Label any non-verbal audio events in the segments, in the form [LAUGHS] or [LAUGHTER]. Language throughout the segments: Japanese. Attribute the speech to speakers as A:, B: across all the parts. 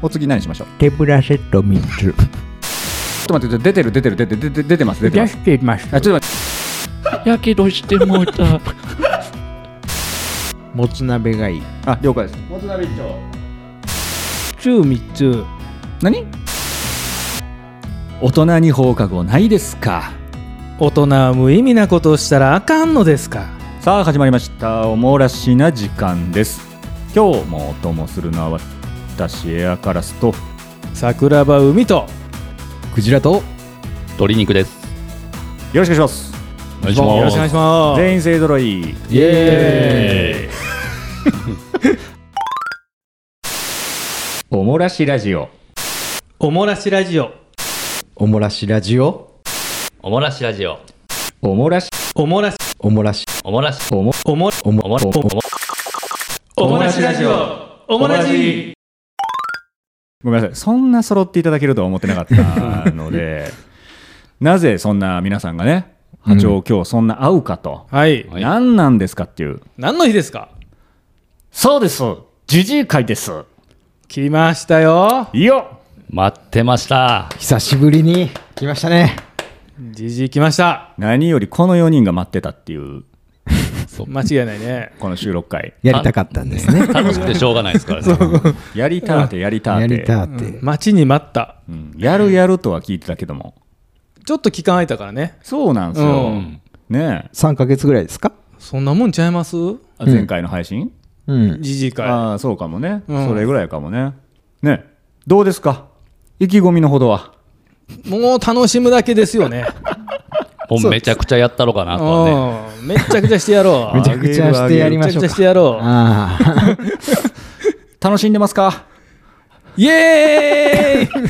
A: お次何しましょう
B: 手ぶらセット3つ。
A: ちょっと待って出てる出てる出てる出て出てます出て
B: 出
A: ます
B: しています。
A: あちょっと待っ
C: やけどしてもうた。
B: もつ鍋がいい。
A: てあ了解ですもつ鍋一丁
B: つ3つ。
A: 何大人に放課後ないですか
D: 大人は無意味なことをしたらあかんのですか
A: さあ始まりましたおもらしな時間です今日もお供するのは私エアカラスと
D: 桜庭海と
E: クジラと
C: 鶏肉です。
A: よろしくお願いします
C: お願いし
D: よろ
C: ま
D: しくお願い
C: す。
D: しま
A: 全員勢揃い
E: イ
C: エ
A: おもらしラジオ
D: すおもらしラジオ
E: おもらしラジオ
C: おもらしラジオ。
A: おもらし
D: おもらし
E: おもらし
C: おもらし。
A: おも
D: おも
E: おも
C: おもらし。おも
D: おもらしラジオおもらし
A: ごめんなさいそんな揃っていただけるとは思ってなかったのでなぜそんな皆さんがね波長、今日そんな合うかと、
D: はい
C: はい
A: 何なんですかっていう
D: 何の日ですか
A: そうですジジイ会です
D: 来ましたよ
A: いいよ
C: 待ってました。
E: 久しぶりに来ましたね
D: じじい来ました
A: 何よりこの4人が待ってたっていう
D: 間違いないね
A: この収録会
E: やりたかったんですね
C: 楽しくてしょうがないです [LAUGHS] からね。
A: やりたーてやりた
E: や
A: ーて
E: りたって
D: 待ちに待った
A: うんやるやるとは聞いてたけども
D: ちょっと期間空いたからね
A: そうなんですよ、
D: うん
A: ねえ
E: 3ヶ月ぐらいですか
D: そんなもんちゃいます
A: あ前回の配信、
E: うん
D: じじい会
A: ああそうかもね、
D: うん
A: それぐらいかもねねどうですか意気込みのほどは
D: もう楽しむだけですよね
C: もうめちゃくちゃやったろかなとはね。
D: うんめっちゃくちゃしてやろ
A: [LAUGHS]
D: う
E: めちゃくちゃしてやりましょう
D: めちゃくちゃし
E: か
D: てやろう
E: ああ
A: 楽しんでますか
D: イエーイ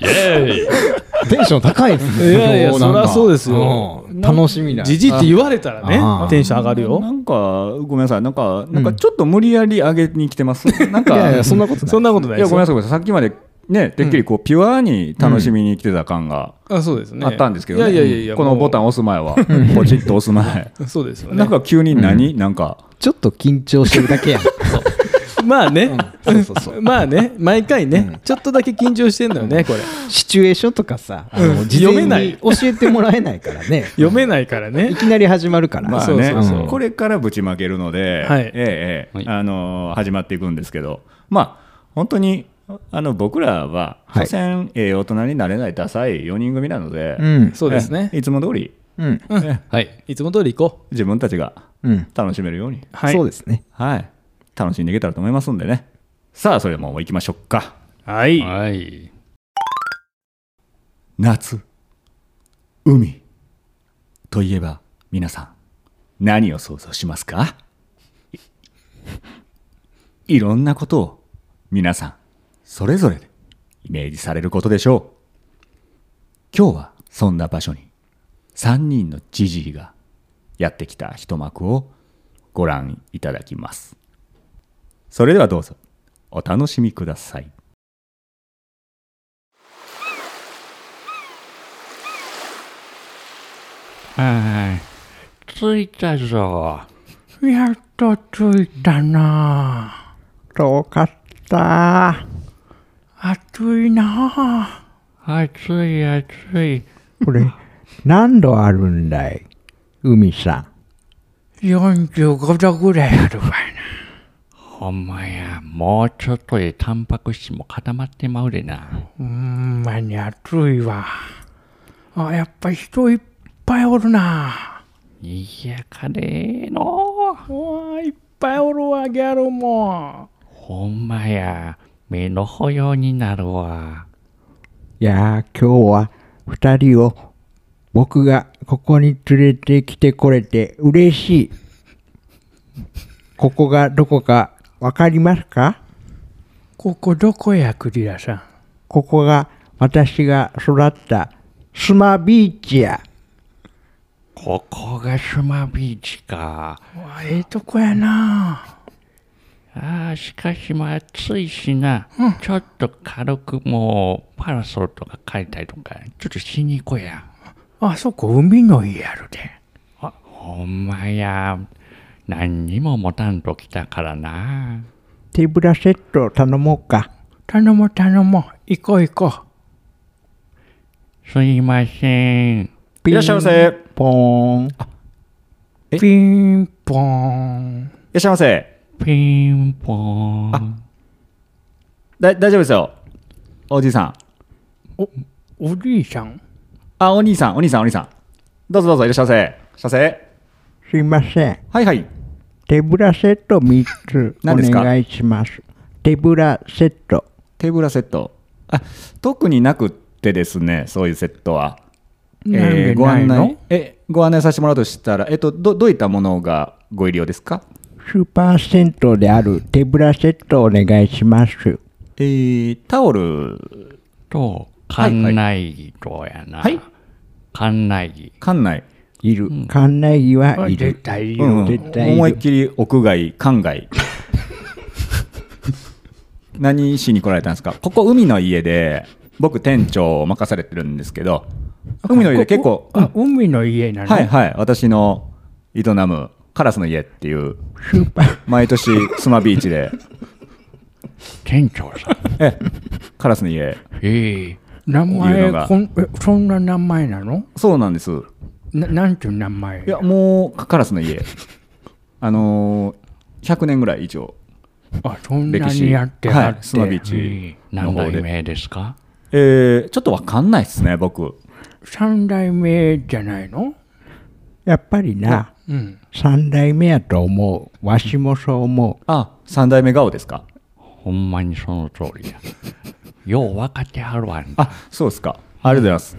C: イエー
E: [LAUGHS]
C: イ。
E: テンション高いですね
D: いやいや
E: 今日なんか
D: そりゃそうですよ
E: うん楽しみだ
D: じじいって言われたら
E: あ
D: ね
E: ー
D: テンション上がる
A: な
D: よ
A: んかごめんなさいなんかなんかちょっと無理やり上げに来てます、なんか
E: いやいやそんなことない
D: そんなことな
A: い
D: いで
A: や
D: す
A: ごめんな
D: よ
A: さいごめんなさいさっきまでねてっきりこうピュアに楽しみに来てた感が
D: あそうですね
A: あったんですけど、ね
D: いやいやいやいや
A: このボタン押す前はポチッと押す前
D: ンそうですよね
A: なんか急に何、なんか
E: ちょっと緊張してるだ [LAUGHS] けや
D: まあね、
E: そうそうそう
D: [LAUGHS] まあね、毎回ね、ちょっとだけ緊張してんだよね、これ。
E: シチュエーションとかさあの
D: うん
E: 事前
D: 読めない
E: に教えてもらえないから [LAUGHS] ね
D: 読めないから
E: い
D: ね。
E: きなり始まるから
A: まあ
D: そう
A: ね
D: そうそう
A: うんこれからぶちまけるので、
D: はい
A: ええええ
C: はい
A: あのー始まっていくんですけどまあ本当にあの僕らは
E: はい
A: 所詮、ええ大人になれないダサい4人組なので、
E: うん
D: そうですね
A: え。えいつも通り
E: うん
C: はい。
D: いつも通り行こ
A: 自分たちが
E: うん
A: 楽しめるように、
D: う。はい。
E: そうですね
A: はい、楽しんでいけたらと思いますんでねさあそれではもう行きましょうか
D: はい。
C: はい。
A: 夏海といえば皆さん何を想像しますかいいろんなことを皆さんそれぞれでイメージされることでしょう今日はそんな場所に3人のジジイがやってきた一幕をご覧いただきますそれではどうぞお楽しみください
C: はい。着いたぞ。
D: やっと着いたな
E: よかった
D: あ。暑いなあ。
C: 暑い暑い。
E: これ、何度あるんだい海さ
D: 45度ぐらいあるわ
C: ほんまや、もうちょっとでタンパク質も固まってまうでな。
D: な。ほんまに暑いわ。あ、やっぱ人いっぱいおるな
C: にぎやかでーのー。
D: うわいっぱいおるわ、ギャルも。
C: ほんまや、目の保養になるわ。
E: ん。いやー、今日は二人を僕がここに連れてきてこれて嬉しい。ここがどこかわかりますか
D: ここどこや、クリラさん。
E: ここが私が育ったスマビーチや。
C: ここがスマビーチか。
D: わええとこやな
C: ああ、しかしまあ暑いしな、ちょっと軽くもうパラソルとか借りたりとか、ちょっとしに行こうや。
D: あそこ海の家やるで
C: あほんまや、何にも持たんときたからな。
E: 手ぶらセット頼もうか。
D: 頼もう頼もう。行こう行こ
C: すいません。
A: いらっしゃいませ。いら
E: ポーン。
A: え
D: う。ピンポーン。
A: っしゃいませ。
C: ピンポーン。
A: だ大丈夫ですよ。おじいさん。
D: おじいさん。
A: あ、お兄さん、お兄さん、お兄さん。どうぞどうぞ、いらっしゃいませ。いらっしゃいませ。
E: すいません。
A: はいはい。
E: 手ぶらセット3つお
A: 何ですか
E: 願いします。手ぶらセット。
A: テーブラセット。あ、特になくってですね、そういうセットは。
D: なんで
A: ご
D: ない
A: 案
D: の
A: 内えご案内させてもらうとしたら、えっと、どどういったものがご入り用ですか
E: スーパー銭湯である手ぶらセットお願いします。
A: えー、タオル、
C: と、
A: はい
C: 館
A: はい
C: 内着とやな。
A: はい
C: 館内着。
A: 館内、
E: いる。館内着はい
D: 出
E: る。
D: た
A: う
D: よ。
A: んうん
E: 絶対いる
A: 思いっきり屋外、館
D: [LAUGHS]
A: 外。何しに来られたんですかここ海の家で僕店長を任されてるんですけど海の家で結構
D: あ、海の家なの
A: はいはい私の営むカラスの家っていう
E: スーパー、
A: 毎年スマビーチで
C: 店長さん。
A: えカラスの家
C: ええ
D: 名
A: いうの
D: 前
A: が
D: こん、えそんな名前なの
A: そうなんです
D: ななんていう名前
A: いやもうカラスの家あのー、100年ぐらい以上
D: あ、そんな
A: 歴
D: に
A: 史
D: やってはっ
A: はい、
D: て。
A: スマビー
C: え
A: チ
C: え
A: の
C: 何
A: 方
C: 代
A: で、
C: 目ですか
A: えー、ちょっとわかんないですね僕
D: 三代目じゃないの
E: やっぱりな、
D: うん。
E: 三代目やと思う。わしもそう思
A: あ三代目顔ですか
C: ほんまにその通
A: [LAUGHS]
C: りや。よう分かってはるわ、ね。
A: あそうですかありがとうございます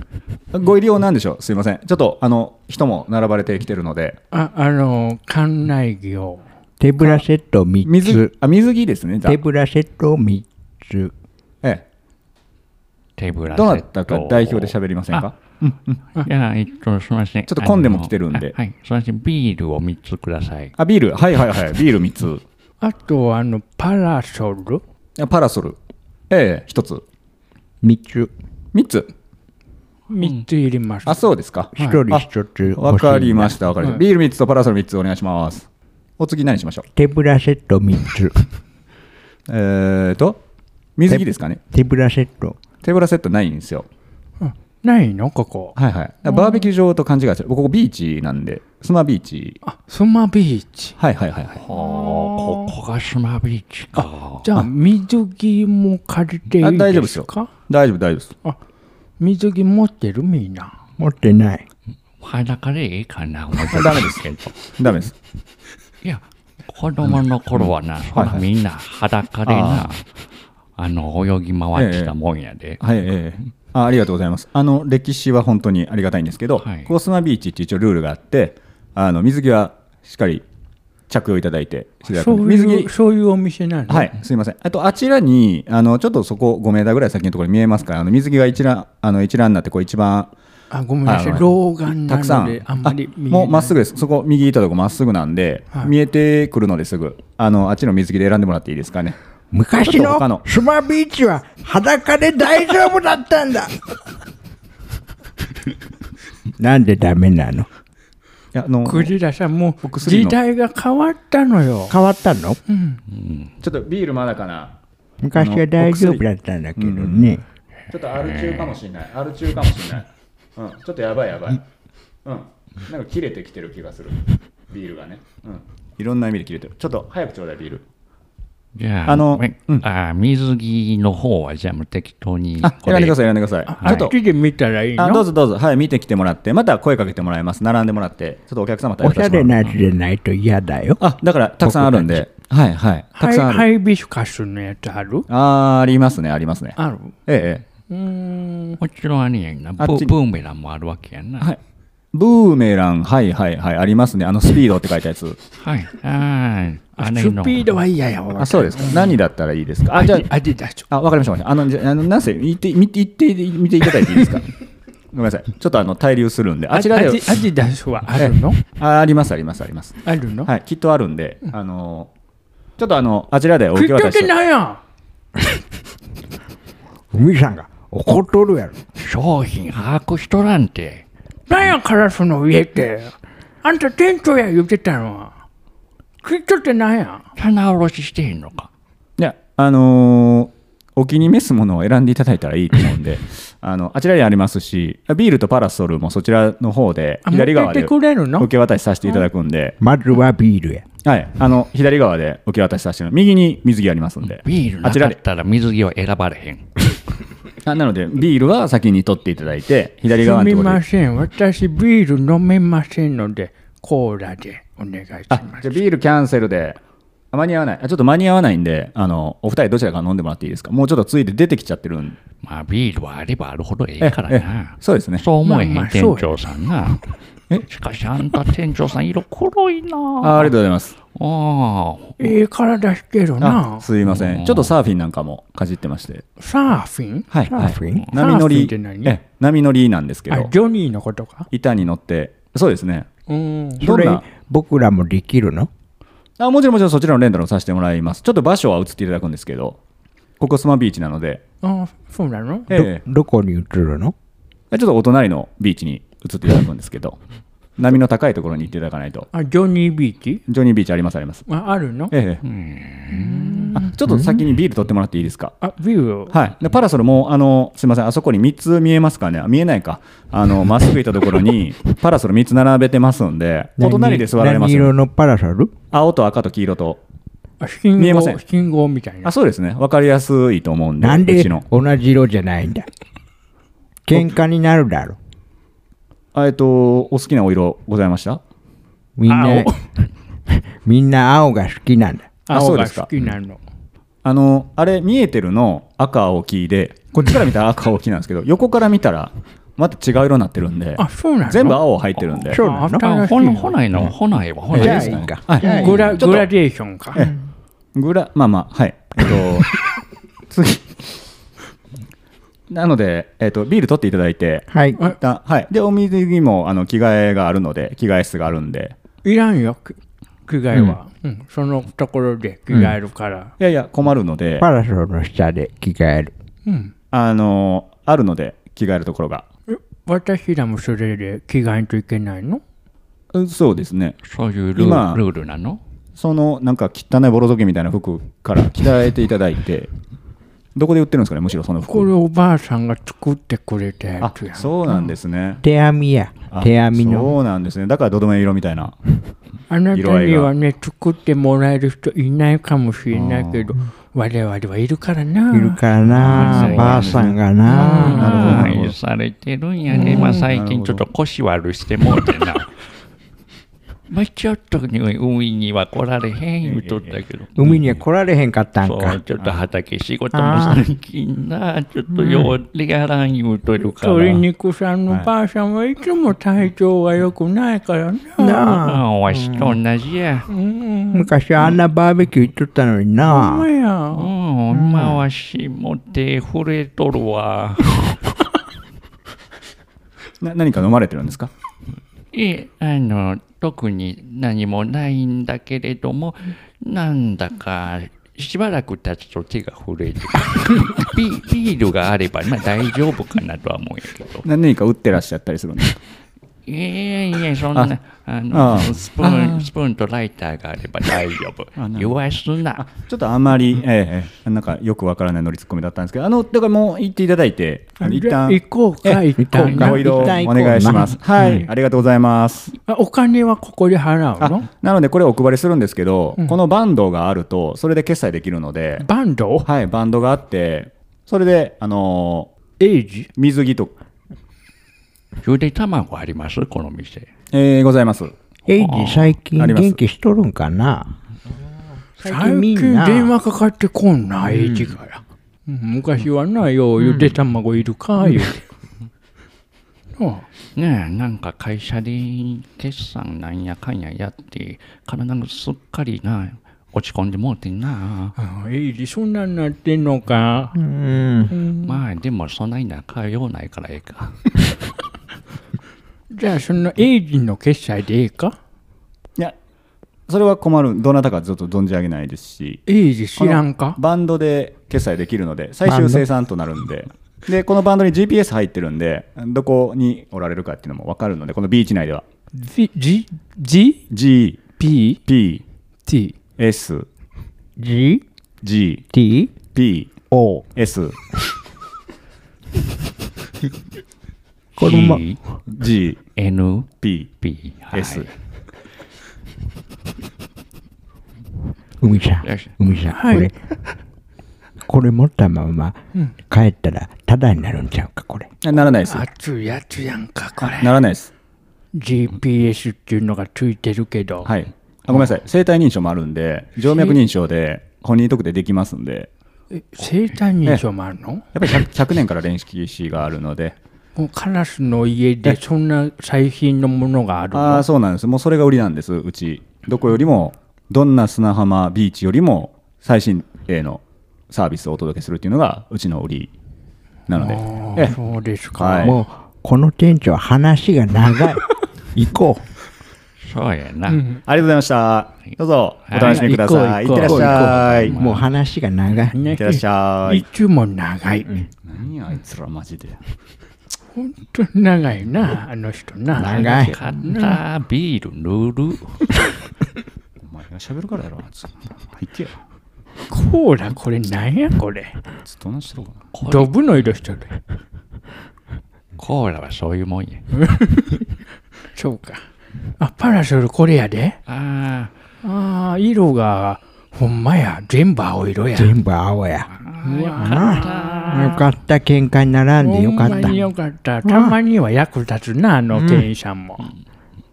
A: ご入り用なんでしょうすいませんちょっとあの人も並ばれてきてるので
D: あ、あの、館内着を。
E: う。手ぶらセット3
A: 水
E: つ。
A: あ水着ですねじゃあ
E: 手ぶらセット3つ。
A: え
C: 手ぶ
A: え
C: ら
A: ど
C: セ
A: な
C: ッ
A: た
C: ト。
A: か代表で喋りませんか
C: いや、えっと、すみません。
A: ちょっと混んでも来てるんで
C: あのあはい、すみません。ビールを3つください。
A: あビールはいはいはいビール3
D: あと、あの、パラソル
A: つパラソルええ一1つ
E: 3つ。
A: 3つ
D: 三ついります。
A: あそうですか
E: 一人一つ欲しいな。
A: わかりましたわかりました
D: はい
A: ビール3つとパラソル3つお願いしますお次何しましょう
E: 手ぶらセット3つ。
A: [LAUGHS] えーと水着ですかね
E: 手ぶらセット。
A: 手ぶらセットないんですよ
D: うんないのここ。
A: はいはいバーベキュー場と勘違いする僕ここビーチなんでスマビーチ
D: あ、スマビーチ。
A: はいはいはいはい
C: おここがスマビーチか。
D: じゃあ、水着も借りていいです
A: あ
D: か
A: 大丈夫ですよ大丈夫大丈夫です
D: あ、水着持ってるみんな。
E: 持ってない。
C: 裸でいいかな、思って
A: ダメです
C: けど。
A: ダメです
C: いや、子供の頃はな、そらみんな裸でな、あの、泳ぎ回ってたもんやで。
A: はいええあありがとうございますあの歴史は本当にありがたいんですけど、
C: はい
A: ここスマビーチって一応ルールがあってあの水着はしっかり着用いただいてしていただく
D: そ
A: んで
D: う
A: 水
D: い
A: 着
D: う、そういうお店なの
A: はい、すいません。あと、あちらに、あの、ちょっとそこ5メーターぐらい先のところに見えますから、あの、水着が一覧、あの、一覧になって、こう一番、
D: あ、ごめんなさ
A: あ
D: い。
A: の
D: 老眼な
A: たくさ
D: の
A: ん
D: で、、あんまり見えない。
A: もうまっすぐです。そこ、右行ったとこまっすぐなんで、
D: はい
A: 見えてくるのですぐ、あの、あっちの水着で選んでもらっていいですかね。
E: 昔
A: ちょっと他の
E: のスマビーチは裸で大丈夫だった
A: [LAUGHS]
E: んだなんでダメなの
A: いや、あの、ちょ
D: 栗田さんもう
A: 僕杉
D: 時
A: の
D: 代が変わったのよ。
E: 変わったの
A: っとビールまだかな。
E: 昔は大丈夫だったんだけどね
A: ちょっと R 中かもしれない。R 中かもしれない。うん、ちょっとやばいやばい。うん、なんか切れてきてる気がする。ビールがね。うん。いろんな意味で切れてる。ちょっと早くちょうだい、ビール。
C: じゃあ、
A: あの
C: め
A: うん
C: あ水着の方は、じゃあもう適当に
A: あ、
C: こ
A: 選ん
C: れ
A: でください、選んでください。
D: あ
A: ちょ
D: っ
A: っと
D: ちで見たらいい
A: あ
D: の
A: どうぞどうぞ、はい、見てきてもらって、また声かけてもらいます、並んでもらって、ちょっとお客様対応
E: お
A: さ
E: しゃ
A: せて
E: れ
A: もら
E: な
A: う
E: やつでないと嫌だよ
A: あだから、たくさんあるんで、はいはい、た
D: ハ
A: く
D: イ
A: さんある。
D: ハイビスカスのやつある
A: あーありますね、ありますね。
D: ある
A: ええ
D: うーん。
C: もちろんあれやんな。ブ
A: あっち
C: ー
A: に
C: ブーメランもあるわけやな。
A: ええ、はい。ブーメラン、はいはいはい、ありますね、あのスピードって書いたやつ。
C: はい。はい。あれ
D: スピ
C: の。
D: ードは嫌やわ。
A: あそうですか、何だったらいいですか。あ、じゃあ、
D: アディダス。
A: あわかりましたわかりました、あの、じゃああのなんせ、見て、見て、見て、見ていただいていいです [LAUGHS] か。ごめんなさい、ちょっとあの滞留するんで、あちら
D: ア
A: で
D: ディアディダスはあるの
A: あ、あります、あります、あります。
D: あるの
A: はい、きっとあるんで、あのちょっとあの、あちらでお
D: き
A: 受
D: っ
A: け渡
D: か
A: し
D: け
A: と
D: なんや
E: 海さんが怒っとるやろ
C: 商品把握しとらんて。
D: なんやカラスの家って。あんた店長や言ってたのは。きっとってなんや
C: 棚卸ししてへんのか。
A: いや、あのーお気に召すものを選んでいただいたらいいと思うんであのあちらにありますしビールとパラソルもそちらの方で
D: あ
A: 左側で
D: 持ってくれるの
A: 受け渡しさせていただくんで、
E: まずはビールや。
A: はい、あの左側で受け渡しさせてもらう右に水着ありますんで
C: ビール
A: あ
C: な
A: ち
C: からっ
A: で
C: たら水着は選ばれへん。
A: あなのでビールは先に取っていただいて左
D: す
A: 側の
D: み
A: ところ
D: ま
A: で
D: せん。私、ビール飲めませんので、コーラでお願いし
A: あ
D: ます。
A: じゃあビールキャンセルであ間に合わないあちょっと間に合わないんであのお二人どちらから飲んでもらっていいですかもうちょっとついて出てきちゃってるん
C: まあビールはあればあるほどえ
A: え
C: えからな
A: え。そうですね
C: そう思えへん、
D: まあまあ
C: 店長さんな。しかしあんた店長さん色黒いな
A: あありがとうございます
C: ああ
D: ええ体してる
A: あ
D: な。
A: すいませんちょっとサーフィンなんかもかじってまして
D: サーフィン
A: はい
E: サーフィン
A: はい波乗
D: サーフィン
A: り
D: って何
A: ええ波乗りなんですけ
D: あ、
A: ど
D: ジョニーのことか。
A: 板に乗ってそうですね
D: うん。
A: どんな
E: 僕らもできるの
A: あもちろんもちろんそちらのレンタルをさせてもらいますちょっと場所は移っていただくんですけどここスマビーチなので
D: あ、そうなの
A: ええ
E: どどこに移るの
A: ちょっとお隣のビーチに移っていただくんです
D: [LAUGHS]
A: けど波の高いところに行っていただかないと
D: あ、ジョニービーチ
A: ジョニービーチありますあります
D: あ、あるの
A: ええあちょっと先にビール取ってもらっていいですか
D: あ、ビールを。
A: はい、でパラソルもあのすみません、あそこに3つ見えますかね、あ見えないか、あのまっすぐ行ったところにパラソル3つ並べてますんで、お隣で座られます
E: 何
A: よ、
E: 色のパラソル
A: 青と赤と黄色と、
D: あ信号
A: 見えません
D: 信号みたいな
A: あ。そうですね、分かりやすいと思うんで、
E: なん
A: う
E: で
A: ちの
E: 同じ色じゃないんだ喧嘩になるだろ。
A: あえっと、お好きなお色ございました
E: みんな、 [LAUGHS] みんな青が好きなんだ。
A: あ
D: 青
A: そうで
D: が
A: すか
D: 好きなの。
A: あの、あれ、見えてるの赤、青、黄で、こっちから見たら赤、青、黄なんですけど、横から見たら、また違う色になってるんで、
D: あ、そうなの
A: 全部青入ってるんで、
E: そうな
D: あ
E: の
C: あ
D: 新しい
C: ほなほないの、ほないはほない
E: じゃ
C: で
E: あ
C: す
E: い
C: か。
E: いか。
A: はい
E: じゃあいい
D: グラグラデーションか。
A: グラ、まあまあ、はい。えっと、
E: [LAUGHS]
A: 次。なので、えっと、ビール取っていただいて、
E: はい。
D: あ
A: だはい。で、お水着もあの着替えがあるので、着替え室があるんで、
D: いらんよ、く着替えは。うんそのところで着替えるから。
A: いやいや、困るので、
E: パラソルの下で着替える。
D: うん。
A: あの、あるので、着替えるところが。
D: え私らもそれで着替えんといけないの
A: うんそうですね。
C: そういうルー
A: 今
C: ルールなの
A: その、なんか汚いボロ時計みたいな服から着替えていただいて、どこで売ってるんですかね、むしろその服。
D: これおばあさんが作ってくれたや
A: あ
D: つや、ん。
A: そうなんですね。
E: 手編みや
A: あ。
E: 手編みの。
A: そうなんですね。だから、どどめ色みたいな。
D: あな
A: 色
D: た
A: 合い
D: に
A: が
D: はね、作ってもらえる人いないかもしれないけど、我々はいるからな。
E: いるからな
C: う、ん
E: ばあさんがな。
A: な
C: あ
A: るほど
C: 愛されてるんやね。まあ最近ちょっと腰悪してもうてな。まあちょっとに海には来られへん言うとったけど。
E: 海には来られへんかったん
C: そ
E: か
C: う。ちょっと畑仕事も最近な、ちょっとようやらん言うとるから。
D: 鶏肉さんのばあさんはいつも体調が良くないからな。
E: なあ。
C: ああ、わしと同じや。
D: うん。
E: 昔あんなバーベキュー行っとったのに
D: ほん
E: な
D: ま。や
C: う。ん、今わしも手震えとる [LAUGHS] わ。
A: な何か飲まれてるんですか
C: ええ、あの、特に何もないんだけれども、なんだか、しばらく経つと手が震えてく [LAUGHS] るビビールがあれば、まあ大丈夫かなとは思うんやけど。
A: 何か売ってらっしゃったりするんですか
C: いえいえ、そんな、あの
A: ああ
C: スプーン、スプーンとライターがあれば大丈夫。言わすな。
A: ちょっとあんまり、ええええなんかよくわからない乗りツッコミだったんですけど、あの、だからもう行っていただいて、あの一旦、
D: 行こうか、
A: ええ
D: 行こうか
A: ご移動お
E: 一旦行こうな
A: 願いします。はい、ありがとうございます。
D: あお金はここで払うの
A: あなので、これお配りするんですけど、このバンドがあると、それで決済できるので、
D: バンド
A: はい、バンドがあって、それで、あの
D: エイジ
A: ー水着と、
C: ゆで卵ありますこの店。
A: えーございます。
E: エイジ最近
A: あります
E: 元気しとるんかな
D: 最
E: 近み
D: 近
E: んな
D: 電話かかってこんな、エイジから。うん昔はな、ようゆで卵いるか、言うて。なあ
C: ねえ、なんか会社で決算なんやかんややって、体がすっかりな、落ち込んでもうてんな。
D: あエイジ、そんなんなってんのか。
E: うん。
C: まあでもそんなに仲ようないからええか。
D: じゃあ、そのエイジの決済でいいか
A: いや、それは困る、どなたかちょっと存じ上げないですし、
D: エイジ知らんか
A: このバンドで決済できるので最終生産となるんででこのバンドに GPS 入ってるんでどこにおられるかっていうのも分かるのでこのビーチ内では
D: ?G、G、G、P、
A: GPSGP
D: T。
E: G? T?
A: P、
E: おう
A: S、
E: このま
A: G、
C: N
A: P、
C: P
A: S。
E: 海さん
C: よし、
E: 海さん、
D: はい
E: これ、これ持ったまま帰ったらタダになるんちゃうか、これ。
A: あならないです。
D: 熱いやつやんか、これ。
A: ならないです。
D: GPS っていうのがついてるけど。
A: はい。あごめんなさい。生体認証もあるんで、静脈認証で、本人特定できますんで、
D: え生体認証もあるの
A: やっぱり 100, 100年から歴史があるので、
D: もうカラスの家でそんな最新のものがある
A: あ
D: の
A: あ、そうなんです。もうそれが売りなんです、うち。どこよりも、どんな砂浜、ビーチよりも、最新鋭のサービスをお届けするっていうのが、うちの売りなので。ええ
D: そうですか。
A: はい
E: もう、この店長、話が長い。行こ
C: そうやな。
A: ありがとうございました。どうぞ、お楽しみください。い
D: 行
A: っ
D: こ
A: てらっ
D: う行こう
A: しゃ
E: う。
A: い。
E: もう話が長い。
A: いってらっしゃ
D: い
A: い。
D: つも長い。
A: 何や、あいつらマジで。
D: 本当に長いな、あの人な。
E: 長い。
C: 買ったビール塗る。
A: お前が喋るからやろ、あいつ。入ってや。
D: コーラ、これなんやこれ。
A: あいつどうなんしてるかな。
D: ドブの色してる。
C: コーラはそういうもんや。
D: そうか。あ、パラソルこれやで。
C: あ
D: ああ、色が、ほんまや、全部青色や。
E: 全部青や。
D: うわ
E: あよかった、喧嘩にならんでよか
D: ほ
E: っ
D: ん
E: た
D: ま。によかった。たまには役立つな、あの店員さんも。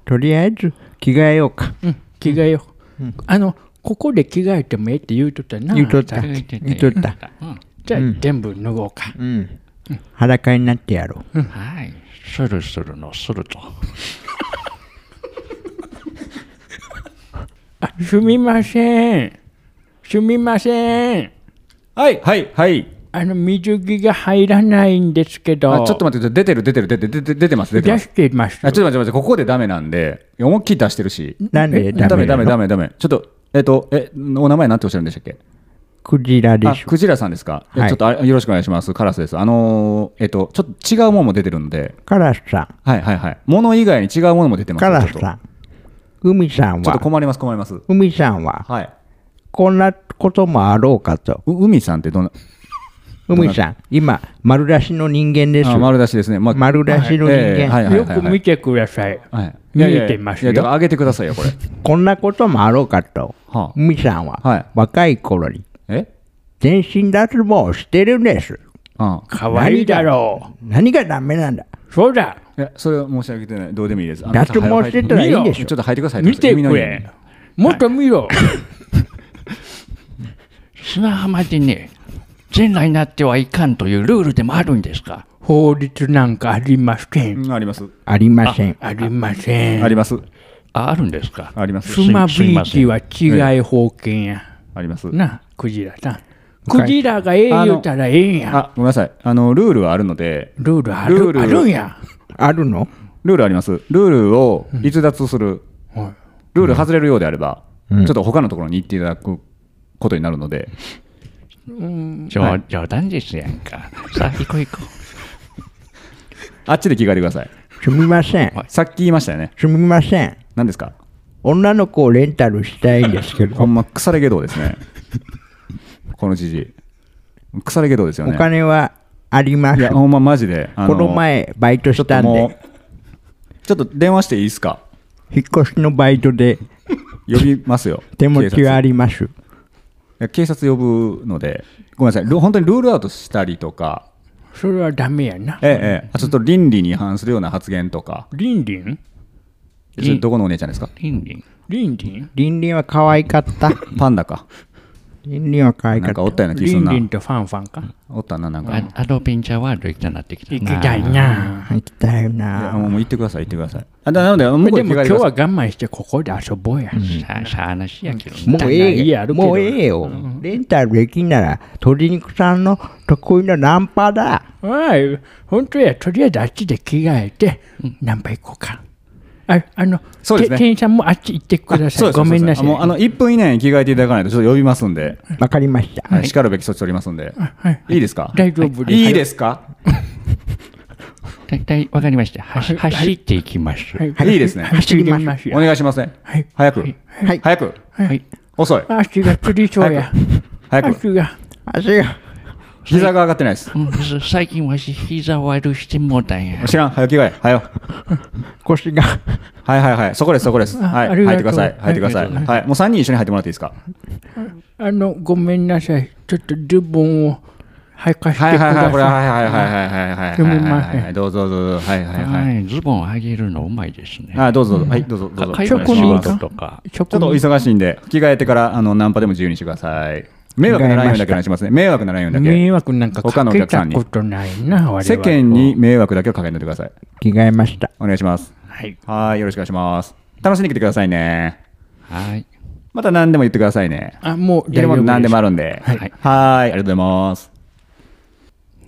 E: とりあえず、着替えようか。
D: うん、着替えよう。あの、ここで着替えてもええって言うとったな。
E: 言うとった。
D: じ
C: あ。
E: 言っとった。
D: ゃあ、全部脱ごうか。
E: うん。裸になってやろう。
C: はい。スルスルのスルと。
D: あ、すみません。すみません。
A: はい、はい、はい。
D: あの、水着が入らないんですけど。
A: あちょっと待って、出てる、出てる、出てる、出て出てます、出てま
D: 出
A: す。
D: してます。
A: あちょっと待って、待ってここでダメなんで、思いっきり出してるし。
E: なんでダ
A: ダメ
E: メ
A: ダ
E: な
A: メ
E: の
A: ダメダメ。ちょっと、えっと、え、お名前なんておっしゃるんでしたっけ
E: クジラで
A: あ
E: し、ょ。
A: クジラさんですか、え
E: はい
A: ちょっとあよろしくお願いします。カラスです。あのーえっと、ちょっと違うものも出てるので、
E: カラスさん。
A: はいはいはい。もの以外に違うものも出てます。
E: カラス
A: ちょっと
E: さん。海さん
A: ちょっと
E: は、
A: 困ります、困ります。
E: 海さんは、
A: はい。
E: こんなこともあろうかと。
A: う海さんってどんな、
E: 海さん、今、丸出しの人間です。
A: あ丸出しですね。ま
E: 丸出しの
A: は
E: 人間
A: いはいはい
D: よ
A: はい、
D: く見てください。
A: はい
D: 見えてますよ
A: いやいやいやだから上げてくださいよ、これ。
E: こんなこともあろうかと。
A: はあ、
E: 海さんは、
A: はい
E: 若い頃に
A: え
E: 全身脱毛をしてるんです。
A: ああ
D: かわいいだろ
E: 何がダメなんだ
D: う。そうだ。
A: いや、それは申し上げてない。どうでもいいです。あの
E: 脱毛してたらいいで
A: ち
E: し
A: ょっ
E: ょ。
A: と入ってください。
D: 見て
A: 耳の
D: く
A: 上
D: れ。もっと見ろ。
C: 砂浜でね、全裸になってはいかんというルールでもあるんですか
D: 法律なんかありません。
A: にうん、あります。
E: ありません。
D: ありませ
A: あ
D: ん。
A: ります。
C: ああるんですか
A: あります。
D: スマビーチは違い法権や。
A: あります。
D: な、クジラさん。クジラがええ言うたらええんや。
A: あ、ごめんなさい。あの、ルールはあるので、
D: ルールあ
A: ルー
D: る
A: ル
D: あるんや。
E: あるの
A: ルールあります。ルールを逸脱する。
D: はい
A: ルール外れるようであれば、ちょっと他のところに行っていただくことになるので、
C: 冗冗談ですやんか。さあ、行こう行こ
A: あっちで着替えてください。
E: すみません。
A: さっき言いましたよね。
E: すみません。
A: 何ですか
E: 女の子をレンタルしたいんですけ
A: ほ
E: ど、
A: んま腐れ下道ですね。 [LAUGHS] このじじい。腐れ下道ですよ
E: お
A: ね。
E: 金はありま
A: い
E: す。
A: や、
E: こ
A: ほんまマジで。あ
E: の前、バイト
A: ちょ
E: し
A: っと
E: たん
A: も
E: で、
A: う、ちょっと電話していいですか
E: 引っ越しのバイトで
A: 呼びます
E: [LAUGHS]
A: よ。
E: 手持ちは
A: 警察
E: あ
A: い
E: ります。
A: や警察呼ぶので、ごめんなさい。ル本当にルールアウトしたりとか、
D: それはダメやな。
A: ええええ、あちょっと倫理に違反するような発言とか、
D: リンリン
A: それどこのお姉ちゃんですか
C: う。リンリン。
D: リンリン
E: リンリンは可愛かった。
A: パンダか。
E: リンリンは可愛
A: な
E: かっ
A: ん
E: た
A: かお。ったような気
D: リ
A: すん
D: ン
A: な
D: リ。ンとファンファンか。
A: おったな、なんか。い
C: あアドベンチャーワールド行きたなってきたな。
D: 行きたいな。
E: 行きたい
A: や、
E: な。
A: もう行ってください、行ってください。あだなので、向こう
D: で
A: に着
D: も
A: 替
D: 今
A: えて
D: 日
A: く
D: は
A: ださい。
D: 我慢してここで遊ぼうや。
C: さあ、さあ話やけどな。
E: もうええ
D: 家あ
E: よ。
D: るけど
E: もうええよ。レンタルできんなら、鶏肉さんの得意なナンパだ。
D: はい、本当や、とりあえずあっちで着替えて、ナンパ行こうか。ああの、
A: そうですね
D: て店員さんもあっち行ってくださ
A: そう
D: い。
A: です
D: ごめんな
A: そう
D: さい。
A: ですもうあの1分以内に着替えていただかないと、ちょっと呼びますんで、
E: わかりました。
A: はい、しかるべき措置取りますんで、
D: はい、
A: いいですか
D: 大丈夫です。
A: いいですか
C: 大体わかりました。はし走っていきます。
D: はい。
A: いいですね
D: 走ります
A: お
D: よ。
A: 願いしますね。
D: はい
A: 早く。
E: はい
A: 早く。
C: はい。
A: 遅い。
D: 足がつりそうや。
A: 早く。
D: 足が、
E: 足が、
A: 膝が上がってないです。
C: うん最近わし膝悪してもうたんや。
A: 知らん、早着替え、はよ。
E: 腰が、
A: はいはいはい、そこです、そこです。はい、
D: あり
A: 入って
D: がと
A: く
D: う
A: ださい、入ってください。はい、もう3人一緒に入ってもらっていいですか。
D: あの、ごめんなさい。ちょっとズボンを履かして
A: はい
D: く
A: はいはい、
D: だ
A: これ、
D: さい。
A: はいはいはいはいはいはいはい。
D: すみません
A: はいどうぞどうぞ、はいはいは。
C: はいい、ズボン上げるのうまいですね。
A: あ、どうぞどうぞ、はい、どうぞどうぞ。
C: か介
A: お
C: 護
A: 願い
C: の
A: し
C: 仕
A: ます
C: 事とか。
D: ちょっ
A: ちょっとお忙しいんで、着替えてからあのナンパでも自由にしてください。迷惑ならんようにだけお願いしますね。迷惑ならんようにだけ。
D: 迷惑なんか
A: 他
D: か
A: のお
D: け
A: 客さ
D: た
A: んに
D: ことないな、我々
A: 世間に迷惑だけをかけないでください。
E: 着替えました。
A: お願いします。
D: はい。
A: はーい、よろしくお願いします。楽しんできてくださいね。
C: はい。
A: また何でも言ってくださいね。
D: あ、もう
A: 入れ
D: 大丈
A: 物
D: 夫
A: 何でもあるんで。は
C: はい
A: はー
C: い、
A: いありがとうございます。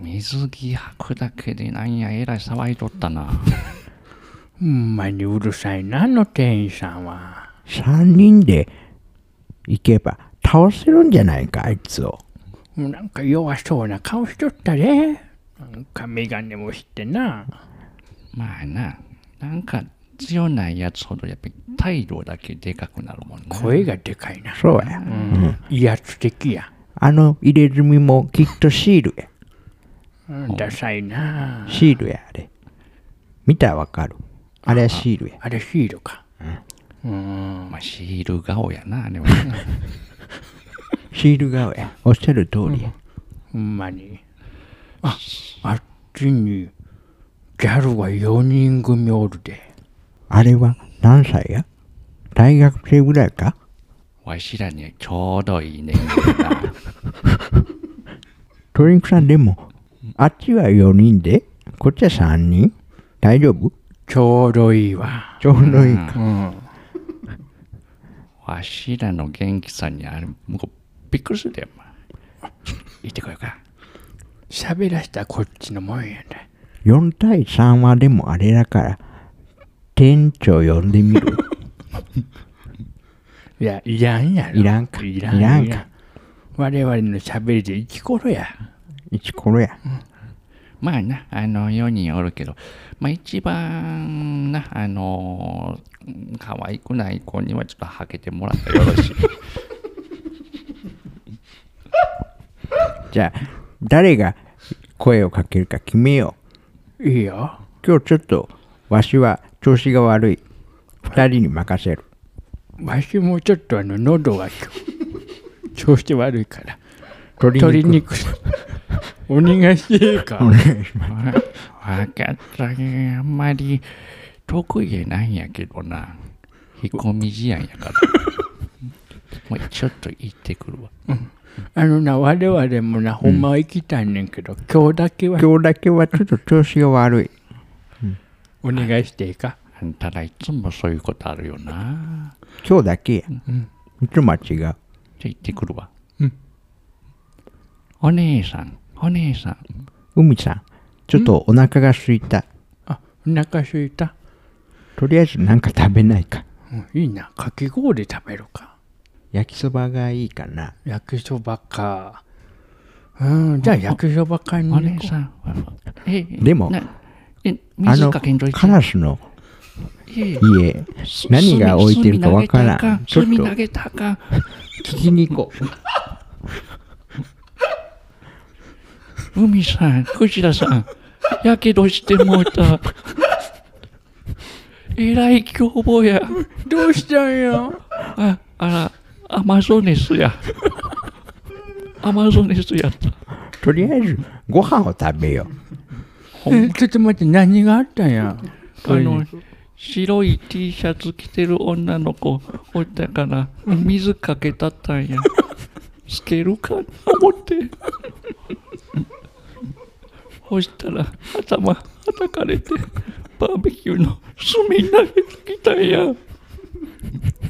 C: 水着履くだけでなんや、えらい騒いとったな。 [LAUGHS]
D: ほんまにうるさいな、あの店員さんは。
E: 三人で行けば倒せるんじゃないか、あいつを。
D: もうなんか弱そうな顔しとったで。なんか眼鏡もしてな。
C: まあな、なんか強ないやつほどやっぱり態度だけでかくなるもんね。
D: 声がでかいな。
E: そうや。
D: 威圧的や。
E: あの入れ墨もきっとシールや。
D: うんダサいな。
E: シールや、あれ。見たらわかる。あれはシールや。
D: あれシールか。
C: まあ、シール顔やな、あれはな。 [LAUGHS]
E: シール顔や。おっしゃる通りや。
D: ほんまに。あ、あっちにギャルが4人組おるで。
E: あれは何歳や大学生ぐらいか
C: わしらにちょうどいいね。な [LAUGHS]
E: トリンクさんでも、あっちは4人で、こっちは3人大丈夫
D: ちょうどいいわ。
E: ちょうどいいか。
C: わしらの元気さにあれ、向こうびっくりするで、お前。行ってこようか。
D: 喋らしたらこっちのもんやで。
E: 4対3はでもあれだから、店長呼んでみ [LAUGHS] る。
D: いや、いらんやろ。
E: いらんか
D: いらん
E: いらんか
D: いらん我々の喋りで生き頃や。
E: 一これや。
C: まあな、あの、4人おるけど、まあ一番な、あのー、可愛くない子にはちょっとはけてもらったらよろしい。
E: じゃあ、誰が声をかけるか決めよう。
D: いいよ。
E: 今日ちょっと、わしは調子が悪い。二人に任せる。
D: わしもちょっとあの、喉が今日 [LAUGHS] 調子悪いから。
E: 鶏
D: 鶏
E: 肉
D: 肉、お願いしていいか。
C: わわかったね。あんまり得意やないんやけどな。引っ込み思案やから。もうちょっと行ってくるわ。
D: あのな、我々もな、ほんまは行きたいねんけど、今日だけは
E: 今日だけはちょっと調子が悪い。
D: お願いしていいか。
C: あんたらいつもそういうことあるよな。
E: 今日だけや。いつもは違う。
C: じゃあ行ってくるわ。お姉さん、お姉さん。
E: 海さん、ちょっとお腹が空いた。
D: あ、お腹すいた。
E: とりあえずなんか食べないか。
D: うんいいな、かき氷食べるか。
E: 焼きそばがいいかな。
D: 焼きそばか。うん、じゃあ焼きそば買いに
C: お
D: 行
C: 姉
D: こう。
C: さん。え
E: でも
C: なえ
E: あ
C: 水
E: の、
C: かけんといて
E: カラスの
C: いや
E: 家、何が置いてるかわからん。ちょっと
C: 炭投
E: 聞
C: げたらあかん炭投げたらあかん。
E: きに行こう。
C: 海さん、藤田さん、やけどしてもうた。えらい凶暴や。
D: どうしたん [LAUGHS] よ。
C: あ、あら、アマゾネスや。アマゾネスやった。
E: とりあえずご飯を食べよう。
C: ほんま
D: えちょっと待って、何があったんや。
C: あの、白い T シャツ着てる女の子おったから、水かけたったんや。つけるかな思って。そしたら、頭はたかれて、バーベキューの炭投げてきたんや。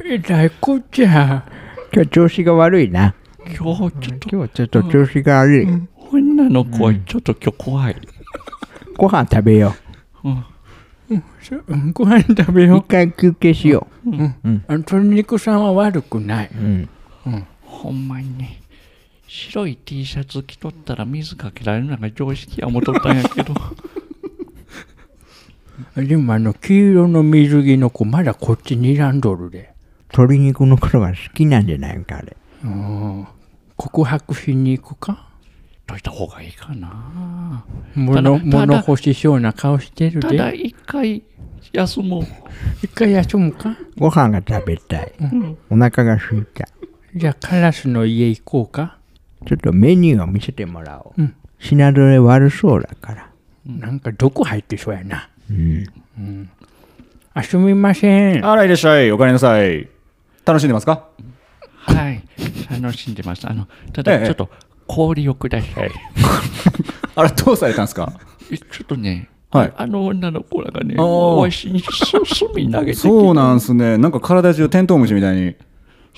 D: えらいこっちゃ。
E: 今日調子が悪いな。
C: 今日ちょっと
E: 今日ちょっと調子が悪い。
C: 女の子はちょっと今日怖い。
E: ご飯食べよ
D: しょうんご飯食べ
E: う。一
D: よ
E: 回休憩しよう。
D: う。あの鶏肉さんは悪くない。
E: うん。
C: ほんまにね。白い T シャツ着とったら水かけられるのが常識や思っとったんやけど。
D: でもあの黄色の水着の子まだこっちにらんどるで。
E: 鶏肉のことが好きなんじゃないか、あれ。
D: うん告白しに行くか
C: といた方がいいかな。
D: 物
C: ただ
D: 物欲しそうな顔してる
C: ただ
D: で。
C: 一回休もう。
D: 一回休むか
E: ご飯が食べたい。お腹が空いた。
D: じゃあカラスの家行こうか
E: ちょっとメニューを見せてもらおう。
D: うん
E: 品揃え悪そうだから。
D: なんか毒入ってそうやな。うん。あ、すみません。
A: あら、いらっしゃい。お帰りなさい。楽しんでますか
C: はい。楽しんでます。あの、
A: え
C: ただ
A: え
C: ちょっと氷をください。
A: あら、どうされたんですか
C: えちょっとね、
A: はい
C: あの女の子らがね、
A: あー
C: わしにす隅投げてきて
A: そうなんすね。なんか体中テントウムシみたいに。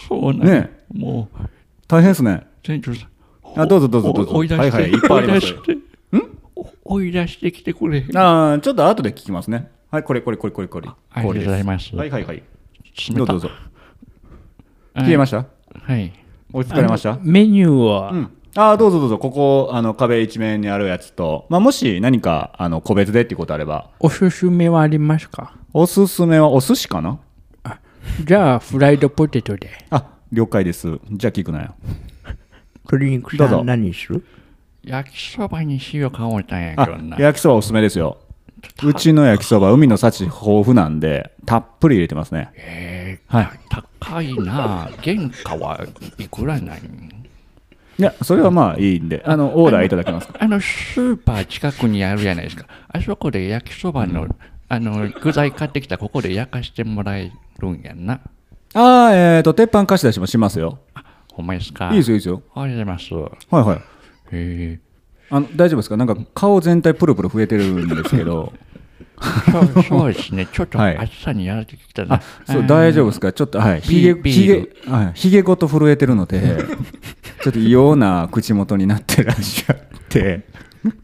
C: そうなん
A: ね
C: もう、
A: 大変ですね。
C: 店長さん。
A: あどうぞどうぞどうぞ
C: お追い出して、
A: はいはいいっぱいありますよ
C: 追い出してお追い出してきてくれ。
A: ああ、ちょっと後で聞きますね。はい、これこれこれこれこれ。
C: ありがとうございます。
A: はいはいはい。
C: 冷た
A: どうぞどうぞ。
C: はい
A: 消えました
C: はい。
A: 落ち着かれました
D: メニューは、
A: うん。ああ、どうぞどうぞ。ここ、あの、壁一面にあるやつと、まあ、もし何か、あの、個別でっていうことあれば、
D: おすすめはありますか
A: おすすめはお寿司かな
D: じゃあ、フライドポテトで。
A: あ、了解です。じゃあ聞くなよ。
E: 鶏肉
A: どう
E: さ
A: ぞ
E: ん何する
C: 焼きそばにしようか思ったんやけ
A: あ
C: どな。
A: 焼きそばおすすめですようちの焼きそば海の幸豊富なんでたっぷり入れてますね
C: えー
A: はい
C: 高いな。原価はいくらなん
A: いやそれはまあいいんであのオーダーいただけますか
C: あの、スーパー近くにあるじゃないですか。あそこで焼きそばの、あの、具材買ってきたらここで焼かしてもらえるんやな。
A: ああえっ、と鉄板貸し出しもしますよ
C: ほんまですか
A: いいですよいいですよ
C: ありがとうございます。
A: はいはい
C: え
A: [LAUGHS]
C: ー
A: あの大丈夫ですかなんか顔全体プルプル増えてるんですけど
C: そうそうですね、ちょっと
A: はい
C: 暑さにやられてきたな。
A: あそう大丈夫ですかちょっとはいひげ
C: ビ
A: ひ
C: ール
A: げはいひげごと震えてるの [LAUGHS] でちょっと異様な口元になってらっしゃって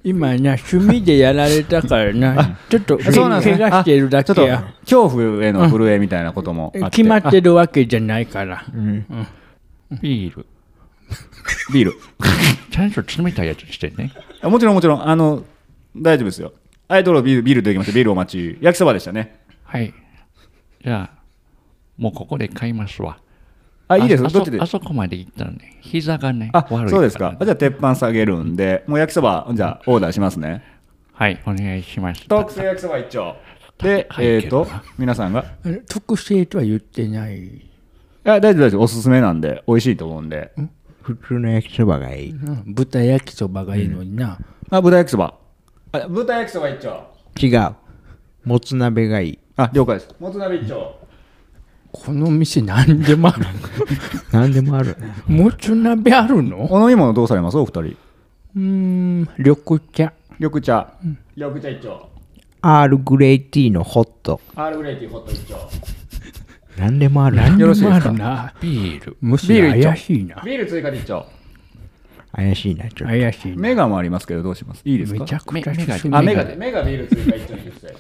D: 今な、趣味でやられたからな、ちょっとけ
A: そうなんですね
D: 怪我してるだけ
A: あちょ
D: や。
A: っと恐怖への震えみたいなこともあって
D: 決まってるわけじゃないから。
C: ビール。
A: あビール
C: ちゃんと冷たいやつにしてね。
A: あもちろんもちろん、あの、大丈夫ですよ。はい、どうぞビール、ビールできました。ビールお待ち。焼きそばでしたね。
C: はい。じゃあ、もうここで買いますわ。
A: あ、いいです
C: あ
A: どっちで
C: あそあそこまで行ったらね、膝がね、
A: あ、
C: 悪いら
A: そうですか。あじゃあ、鉄板下げるんで、もう焼きそば、じゃあ、オーダーしますね。
C: はい、お願いします。
A: 特製焼きそば一丁。で、
C: 高い
A: えっ、
C: けど
A: と
C: な、
A: 皆さんが、
D: 特性とは言ってない。
A: いや、大丈夫大丈夫。おすすめなんで、美味しいと思うんで。
E: 普通の焼きそばがいい。
D: うん豚焼きそばがいいのにな。
A: あ、豚焼きそば。あ、豚焼きそば一丁。
E: 違う。もつ鍋がいい。
A: あ、了解です。もつ鍋一丁。
D: この店何でもある。
E: 何でもあるね。
D: もつ鍋あるの
A: お飲み物どうされますお二人。
D: うーん、緑茶。
A: 緑茶。緑茶一丁。
E: アールグレイティーのホット。
A: アールグレイティーホット一丁。
E: 何でもある。
A: よろしいですか
D: 何もあるな。
C: ビール。
D: むしろ怪しいな。
A: ビール追加で一丁。
E: 怪しいな、ちょっ
D: 怪しいな。
A: メガもありますけど、どうしますいいですか
D: めちゃくちゃ
C: めめ
D: 進
C: が
A: あ、
D: む
A: メガで。メガビール追加一丁にして。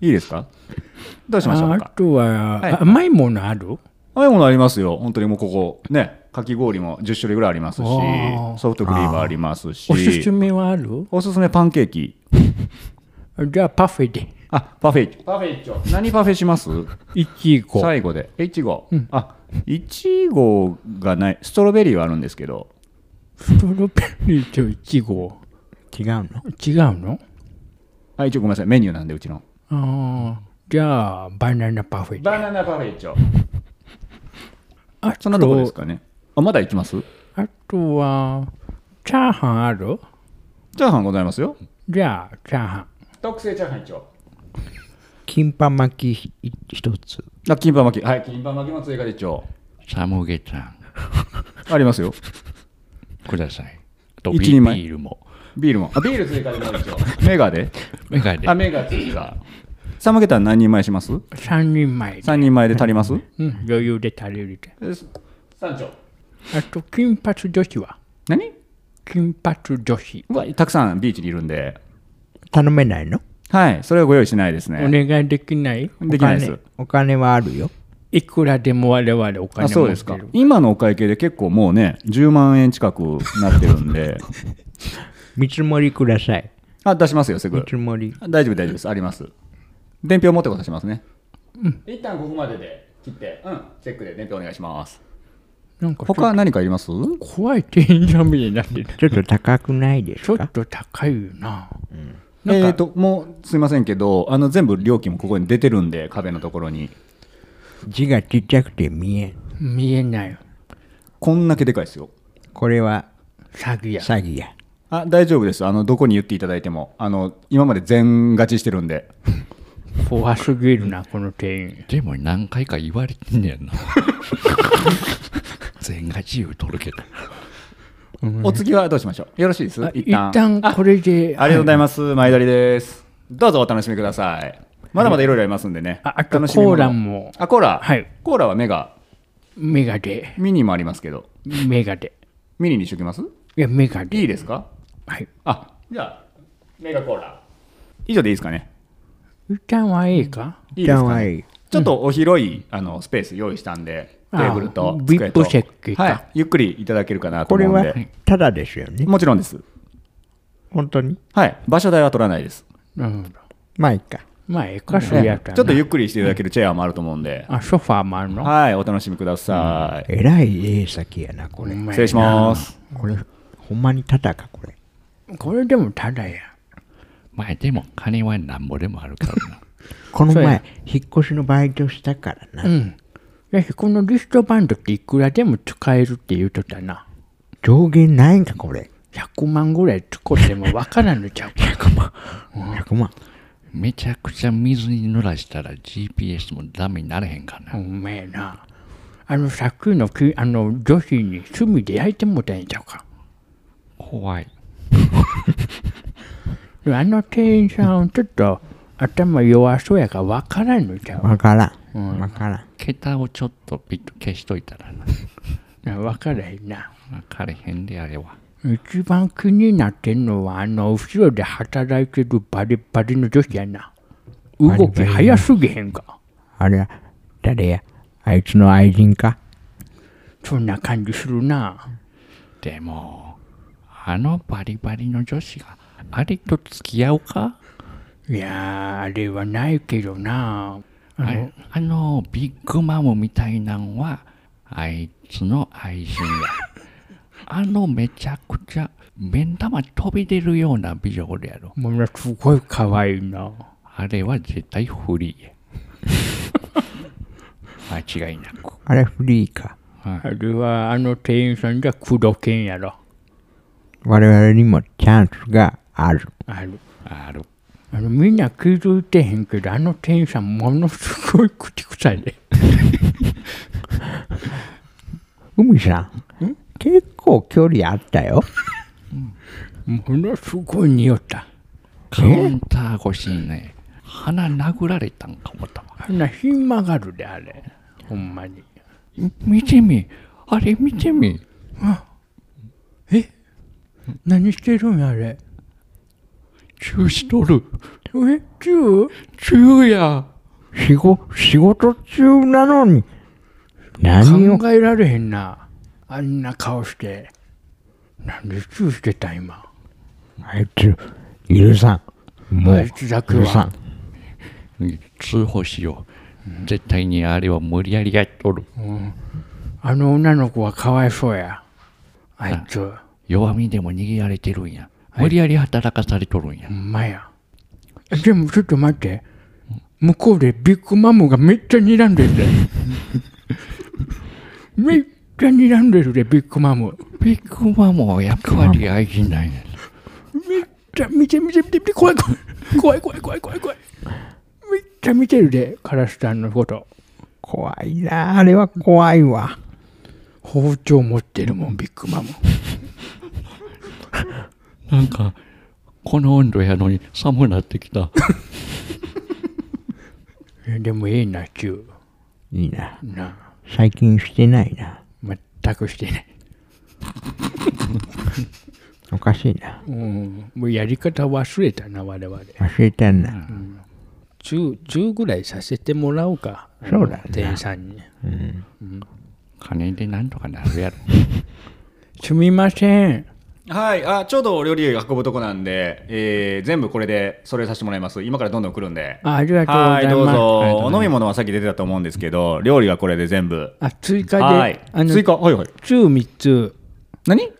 A: いいですかどうしましょう
D: あ
A: か
D: と
A: はい
D: は、甘いものある
A: ああいうものありますよ。本当にもうここ、ね、かき氷も10種類ぐらいありますし
D: あー、
A: ソフトクリームありますし、
D: おすすめはある
A: おすすめパンケーキ。
D: じゃあパフェで。
A: あ、パフェ。パフェ一丁。何パフェします
D: いちご。
A: 最後で。えいちご。あ、いちごがない。ストロベリーはあるんですけど、
D: ストロベリーといちご。
E: と違うの。
D: 違うの
A: あ、一応ごめんなさい。メニューなんで、うちの。
D: ああ。じゃあ、バナナパフェで。
A: バナナパフェ一丁。
D: あと
A: そんなとこですかね。あ、まだ行きます
D: あとは、チャーハンある
A: チャーハンございますよ。
D: じゃあ、チャーハン。
A: 特製チャーハン一丁。
E: 金パン巻きひ一つ。
A: あ、金パン巻き。はい、金パン巻きも追加で一丁。
C: サムゲタン
A: ありますよ。
C: ください。とビ
A: 一人前
C: ビールも。
A: ビールも。あ、ビール追加でも一丁。メガで。
C: メガで
A: あ、。メガ [LAUGHS] 追加。サムゲタン何人前します
D: 3人前で。
A: ?3 人前で足ります
D: うん、余裕で足りるで。
A: 三丁。
D: あと、金髪女子は
A: 何
D: 金髪女子。
A: うわ、たくさんビーチにいるんで。
E: 頼めないの
A: はい、それはご用意しないです
D: お
A: ね。
D: 願いできない
A: できないです。
E: お金お金はあるよ。
D: いくらでも我々お金持ってる。
A: あ、そうですか。今のお会計で結構もうね、10万円近くなってるんで。
E: 見積もりください。
A: あ、出しますよ、すぐ
E: 見。積もり。
A: 大丈夫、大丈夫です。あります。伝票持ってことしますね。一旦ここまでで切って、うん、チェックで伝票お願いします。
D: なんかちょっ
A: 他
D: と
A: 何かいります
D: 怖い店員さんみたいになってる。
E: ちょっと高くないで
D: ち
E: す
D: ょっ
E: か
D: と高いよな。
A: えー、ともうすいませんけどあの全部料金もここに出てるんで壁のところに
E: 字がちっちゃくて見えん。
D: 見えないよ。
A: こんだけでかいですよ
E: これは
D: 詐欺や。
E: 詐欺や。
A: あ大丈夫ですあのどこに言っていただいてもあの今まで全勝ちしてるんで
D: 怖すぎるな、この店員。
C: でも何回か言われてんねや
A: [LAUGHS]
C: な。全が自由取るけど。
A: お次はどうしましょうよろしいです
D: あ
A: 一旦
D: 一旦これで。
A: ありがとうございます前取りですどうぞお楽しみくださいまだまだいろいろありますんでね
D: ああと
A: 楽しみもの
D: コーラも
A: あコーラ
D: はい
A: コーラは目が
D: メガで。
A: ミニもありますけど
D: メガで。
A: ミニにしときます
D: いや、メガで。
A: いいですか
D: はい。
A: あじゃあメガコーラ以上でいいですかね
D: 一旦はいいか
A: いいですか、
E: は
A: ね、
E: い。
A: ちょっとお広い、あのスペース用意したんでテ
D: あ
A: ーブルと
D: ビッ
A: 机と
D: プ席か
A: はい、ゆっくりいただけるかなと思
E: これ
A: うん
E: は
A: で
E: ただですよね。
A: もちろんです
E: 本当に
A: はい場所代は取らないです
D: なるほど。
E: まあいいか。
D: まあ、ええか、そうや
A: ええ
D: った
A: ちょっとゆ
D: っ
A: っくりしていただけるチェアもあると思うんで
D: あ、ソファーもあるの
A: はいお楽しみください、
E: えらいええ先やな、これ。
A: 失礼します
E: これ、ほんまにただか、これ。
D: す。これでもただや。
C: まあでも金はなんぼでもあるからな。
E: この
D: そうや
E: 前、引っ越しのバイトしたからな。
D: うん。だし、このリストバンドっていくらでも使えるって言うとったな。
E: 上限ないんか、これ。
D: 100万ぐらい使ってもわからん
A: [LAUGHS]
D: のちゃうか。100万。
E: 100万。
C: めちゃくちゃ水に濡らしたら GPS もダメになれへんか
D: お
C: な。
D: めえな。あの、さっきのきあの女子に炭で焼いてもうたんちゃうか。
C: 怖い。
D: あの店員さん、ちょっと頭弱そうやからわからんのちゃ
E: わからん。わからん。
C: 桁をちょっとピッと消しといたらな。
D: う。わからへんな。
C: わかれへんであれは。
D: 一番気になってんのは、あの、後ろで働いてるバリバリの女子やな。動き早すぎへんか。
E: あれは、誰やあいつの愛人か
D: そんな感じするな。
C: でも、あのバリバリの女子があれと付き合うか
D: いやー、あれはないけどな。
C: あれあのビッグマムみたいなんはあいつの愛人や。 [LAUGHS] あのめちゃくちゃ目ん玉飛び出るような美女おるやろ。
D: ものすごい可愛いな。
C: あれは絶対フリーや。 [LAUGHS] 間違いなく。
E: あれフリーか。
D: あれはあの店員さんが口説けんやろ。
E: 我々にもチャンスがある。
D: ある。
C: ある。
D: あのみんな気づいてへんけど、あの店員さんものすごい口臭いで。
E: 海さん、結構距離あったよ。
D: ものすごい匂った。
C: カウンター越しにね、鼻殴られたんかもたわ。
D: あんなひん曲がるで、あれ。ほんまに。
C: 見てみ、あれ見てみ。
D: え何してるんやあれ。
C: チューしとる。
D: えチュー
C: チューや。
E: 仕事、仕事中なのに。何を
D: 考えられへんな。あんな顔して。なんでチューしてた今。
E: あいつ、許さん。も
D: あ
E: う
D: い、つだけ
E: 許さ
D: は
E: ん。。
C: 通報しよう。絶対にあれは無理やりやっとる。
D: あの女の子はかわいそうや。あいつ。
C: 弱みでも逃げられてるんや。無理やり働かされとるんや
D: ほ。んまや。でもちょっと待って。向こうでビッグマムがめっちゃ睨んでる
C: [LAUGHS]
D: で。めっちゃ睨んでるで、ビッグマム。
C: ビッグマムはやっぱり愛人なんや。
D: めっちゃ見て見て見て見て怖い怖い怖い怖い怖い怖い怖い。めっちゃ見てるで、カラスさんのこと。
E: 怖いなあれは怖いわ。
D: 包丁持ってるもん、ビッグマム。
C: なんか、この温度やのに寒くなってきた。
D: えでもいいな、チュ
E: いいな。
D: ー。な
E: 最近してないな。
D: あ、全くしてない。
E: おかしいな。
D: うん、もうやり方忘れたな、我々。
E: 忘れたんだ。
D: 10, 10ぐらいさせてもらおうか。
E: そうだな
D: 店員さんに。
C: 金でなんとかなるやろ。
D: すみません。
A: はいあちょうどお料理運ぶとこなんで、えー全部これでそれさせてもらいます今からどんどん来るんで
D: あありがとうござ
A: はいい
D: ます。
A: どうぞ
C: ありがとうございます
A: お飲み物はさっき出てたと思うんですけど料理はこれで全部
D: あ、追加で、
A: はい
D: あの、
A: 追加はいはい
D: チュー3つ、
A: 何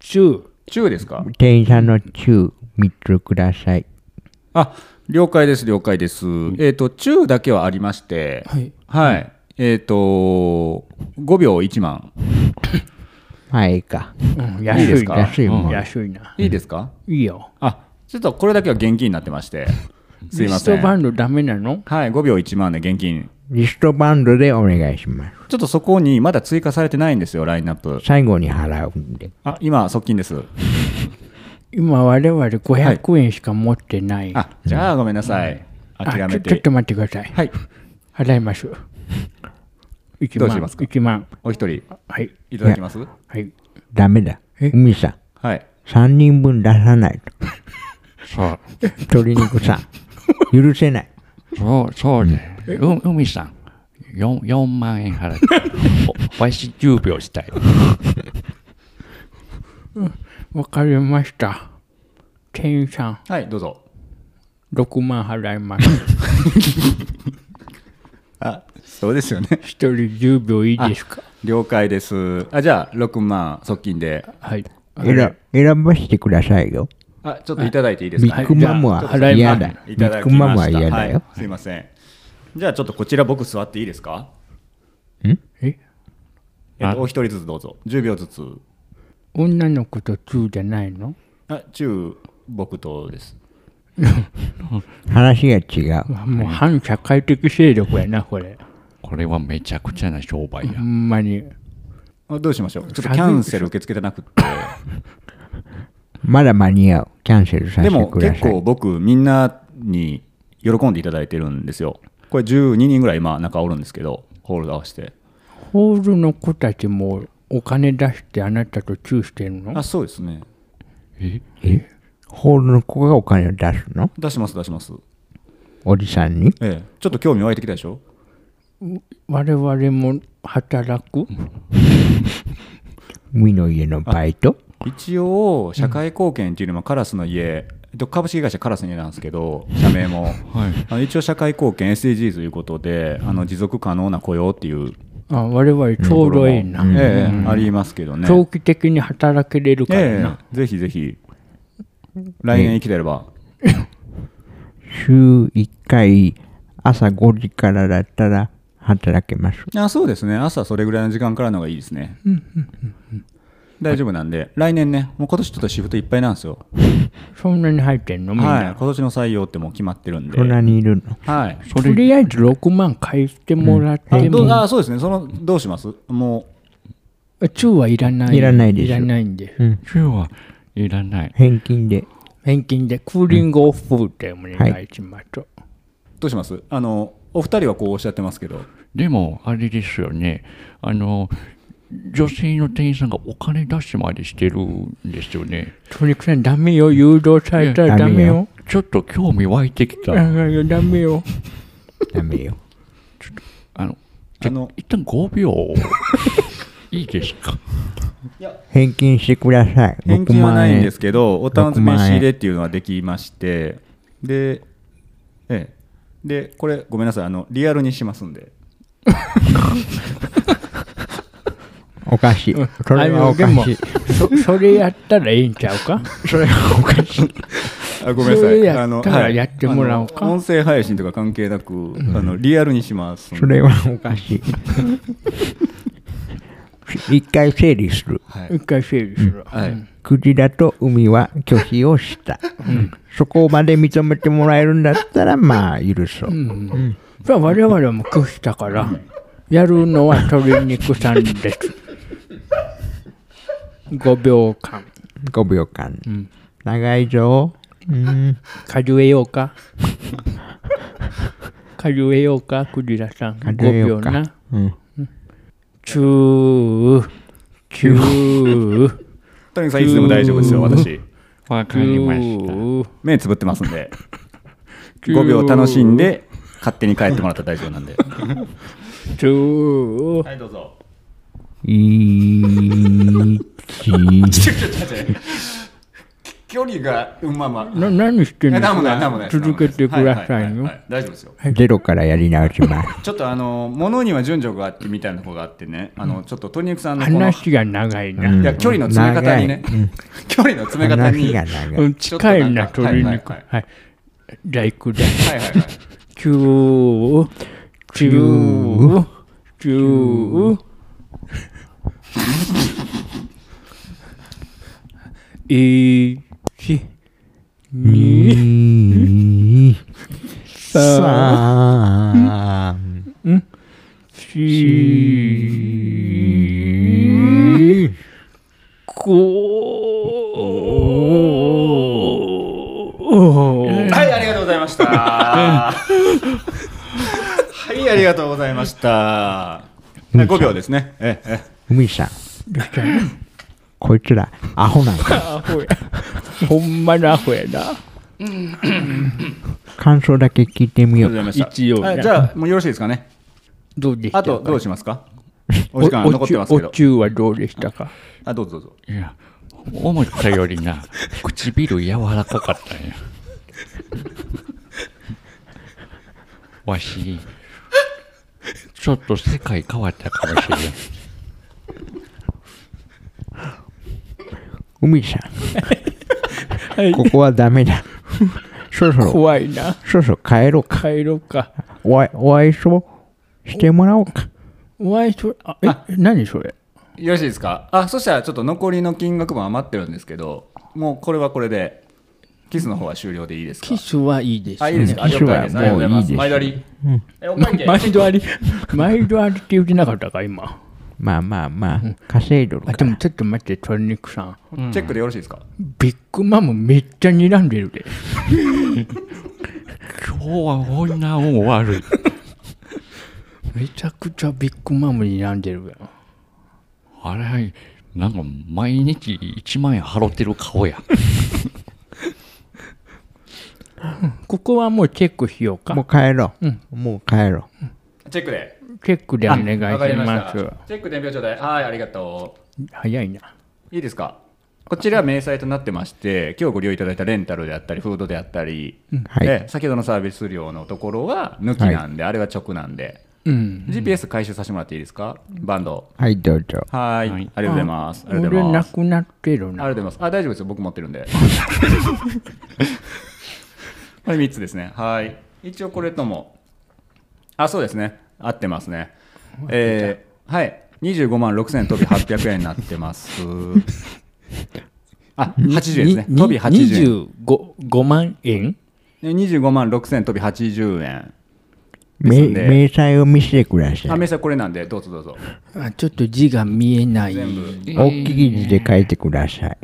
D: チュー。
A: 中ですか
E: 店員さんのチュー3つください。
A: あ了解です了解です、えっ、と中だけはありまして
D: はい、
A: はいえっ、と5秒1万
E: まあ、ええか。
D: うん、
A: いいで
D: 安
A: す
D: い
A: か
D: な。
E: 安いもん。
D: 安いな。
A: いいですか、
D: いいよ。
A: あちょっとこれだけは現金になってま
D: [LAUGHS]
A: してすいませ
D: リストバ
A: ん
D: ンドダメなの
A: はい5秒1万で現金
E: リストバンドでお願いします。
A: ちょっとそこにまだ追加されてないんですよラインナップ
E: 最後に払うんで。
A: あ今側近です
D: 今我々500円しか持ってない。
A: あじゃあごめんなさい
D: あ
A: 諦め
D: ちょちょってと待ってください。
A: はい
D: 払います。1
A: どう
D: 万。
A: しますか
D: 1万。
A: お一人
D: はい。
A: いただきます
D: はい。
E: ダメだ。海さん、
A: はい
E: 3人分出さないと。
C: そう、
E: 鶏肉さん、許せない。
C: そう、そうです。う海さん、4, 4万円払って、おわし10秒したい。
D: わかりました。店員さん、
A: はいどうぞ
D: 6万払います。
A: [LAUGHS] あそうですよね
D: 1人10秒いいですか
A: 了解ですあじゃあ6万側近で
D: はい。
E: 選選ばしてくださいよ。
A: あちょっといただいていいです
E: ビ
A: か
E: ッグマムは
D: はい
E: 嫌だ。
A: い
E: ビ
A: ただ
E: ッ
A: き
E: グ
A: ました
E: マムは嫌だよ。
A: はいすいませんじゃあちょっとこちら僕座っていいですか
D: え
A: えっとお一人ずつどうぞ10秒ずつ
D: 女の子と2じゃないの
A: あ中僕とです
E: 話が違う。
D: あもう反社会的勢力やな、これ。
C: これはめちゃくちゃな商売
D: ほ
C: や。
D: んまに。
A: あどうしましょうちょっとキャンセル受け付けてなくって
E: まだ間に合う。キャンセルさ
A: で
E: せて
A: も
E: くだ
A: 結
E: さい
A: 構。僕みんなに喜んでいただいてるんですよこれ12人ぐらい今中おるんですけどホールド合わせて
D: ホールの子たちもお金出してあなたとチューしてるの
A: あそうですね
E: えホールの子がお金を出すの
A: 出します出します
E: おじさんに
A: ええちょっと興味湧いてきたでしょ
D: 我々も働く
E: 海の家のバイト
A: 一応社会貢献っていうのもカラスの家、えっと株式会社カラスの家なんですけど社名も、あの一応社会貢献 SDGs ということであの持続可能な雇用っていう
D: あ我々ちょうどいいな、
A: ところもええありますけどね
D: 長期的に働けれるから
A: え
D: な、
A: えぜひぜひ来年生きてれば、
E: 週1回朝5時からだったら働けます。
A: あそうですね朝それぐらいの時間からの方がいいですね大丈夫なんで、来年ねもう今年ちょっとシフトいっぱいなんですよ、
D: そんなに入ってんのみんな、
A: はい、今年の採用ってもう決まってるんで
E: そんなにいるの
A: はい
D: とりあえず6万返してもらって
A: あど
D: も、
A: うあそうですねそのどうしますも
D: チューはいらない
E: いらないでしょ
D: らないんです
C: 10はいらない。
E: 返金で。
D: 返金でクーリングオフでお願いしますと、
A: うどうしますあのお二人はこうおっしゃってますけど
C: でも、あれですよね。あの、女性の店員さんがお金出してまでしてるんですよね。
D: とにかくダメよ誘導されたらダメよ
C: ちょっと興味湧いてきた。
D: ダメよダメよ
E: ダメよ。
C: あの、
A: あの
C: 一旦5秒。いいですか
E: 返金してください。
A: 返金はないんですけどおたん
E: 6
A: ずめ
E: 万円
A: 仕入れっていうのはできましてでええでこれごめんなさいあのリアルにしますんで
E: おかし
A: [LAUGHS]
E: い。それはおかしい。
D: そ [LAUGHS] それやったらいいんちゃうか
E: それはおかし
D: [LAUGHS]
E: い。
A: あごめんなさ
D: それ
A: い。
D: やったら
A: あの
D: やってもらおう
A: あ
D: か
A: の音声配信とか関係なく、あのリアルにしますんで。
E: それはおかしい。 [LAUGHS] 一回整理する。
A: はい
D: 一回整理する、
A: はい
E: クジラと海は拒否をした。そこまで認めてもらえるんだったら、まあ、許そう。
D: じゃあ我々も苦したからやるのは鶏肉さんです5秒間
E: 5秒間。長いぞ。うん。
D: かじえようかかじえようかクジラさん
E: 数えよ
D: 5秒
E: うか
D: な
E: うん
D: チューチュー
A: トニーさんいつでも大丈夫ですよ。私
C: わか
D: チ
C: り
D: ュ
C: ました。
D: ー
A: 目つぶってますんで、5秒楽しんで勝手に帰ってもらったら大丈夫なんで。
D: チュー
A: はいどうぞ。
E: いちキーン。
A: 距離が、うんまあまあ。
D: な何してんの
A: 何もない、何もないです。
D: [LAUGHS] 続けてくださ
A: ははいは
D: よ
A: は。い大丈夫ですよ。
E: ゼロからやり直します。
A: ちょっとあの、物には順序があってみたいなとこがあってね、あの、ちょっと鶏肉さんのこの、
D: 話が長いな。
A: いや、距離の詰め方にね、 [LAUGHS] 距離の詰め方に。
E: 話が
A: はい
E: [LAUGHS] 長
D: う
E: い。
D: ん近いな、
A: ちょっとなんか
D: 鶏肉。
A: はい
D: はい。じゃあ行くで。
A: はいはい。
D: チュー、チュー、チュー。一、二、
E: 二
D: 三、
E: 三
D: 四、五。
A: はい、ありがとうございま
D: [LAUGHS]
A: した。はい、ありがとうございました。5秒ですね。ええ、
E: 海さん。こいつら、アホなんだ。
D: アホや。ほんまのアホやな。
E: 感想だけ聞いてみ
A: あり
E: よ
A: がとうございまし
E: う。
A: た。
D: 一応ね
A: あじゃあ、もうよろしいですかね。
D: どうでした
A: あ
D: か
A: と、どうしますかお時間残ってます
D: お
A: け
D: ちゅ
A: ど
D: お。中はどうでしたか
A: あ、どうぞどうぞ。
C: いや、思ったよりな、唇柔らかかったんや。わし、ちょっと世界変わったかもしれん。
E: 海さん。ここはダ
A: [LAUGHS]
E: メだ。そろそろ、
D: 怖いな。
E: そろそろ帰ろうか。
D: 帰ろうか。
E: お会い、お会いそうしてもらおうか。
D: お前それ、あえ、何それ
A: よろしいですかあ、そしたらちょっと残りの金額も余ってるんですけど、もうこれはこれで、キスの方は終了でいいですか
D: キスはいいです。
A: あ、いいですか了解です。ありがとうございます。前撮り。え、お会計
D: 毎度あり、毎度ありって言ってなかったか、今。
E: まあまあまあ、稼いどる
D: あ
E: か
D: でもちょっと待って、鶏肉さん。
A: チェックでよろしいですか
D: ビッグマムめっちゃ睨んでるで。
C: 今日はこんな運悪い。
D: めちゃくちゃビッグマム睨んでるやん。
C: あれ、なんか毎日1万円払ってる顔や。
D: ここはもうチェックしよう
E: ら。も
D: か
E: う。帰ろう。もう帰ろう。
A: チェックで。
D: チェックでお願いし
A: わかりま
D: ま
A: した。
D: す。
A: チェック伝票ちょうだい。はい、ありがとう。
D: 早いな。
A: いいですかこちら明細となってまして今日ご利用いただいたレンタルであったりフードであったり、
E: はい
A: で先ほどのサービス料のところは抜きなんで、あれは直なんで、
D: うん。
A: GPS 回収させてもらっていいですかバンド
E: はい、どうぞ。
A: はいありがとうございますありがとう
D: 俺
A: ござい
D: な
A: ます
D: くなってる
A: あ
D: な。
A: りがとうございますあ大丈夫ですよ僕持ってるん [LAUGHS] でこれ3つですねはい一応これともあそうですね合ってますねえー、はい25万6800飛び800円になってますあ80円ですね
D: に
A: 飛び80円
D: 25 5万円
A: で25万6000飛び80円。
E: め
A: ですんで
E: 明細を見せてくだ
A: あ、
E: さい。
A: 明細これなんで、どうぞどうぞ。
D: あちょっと字が見えない。
E: 大きい字で書いてください。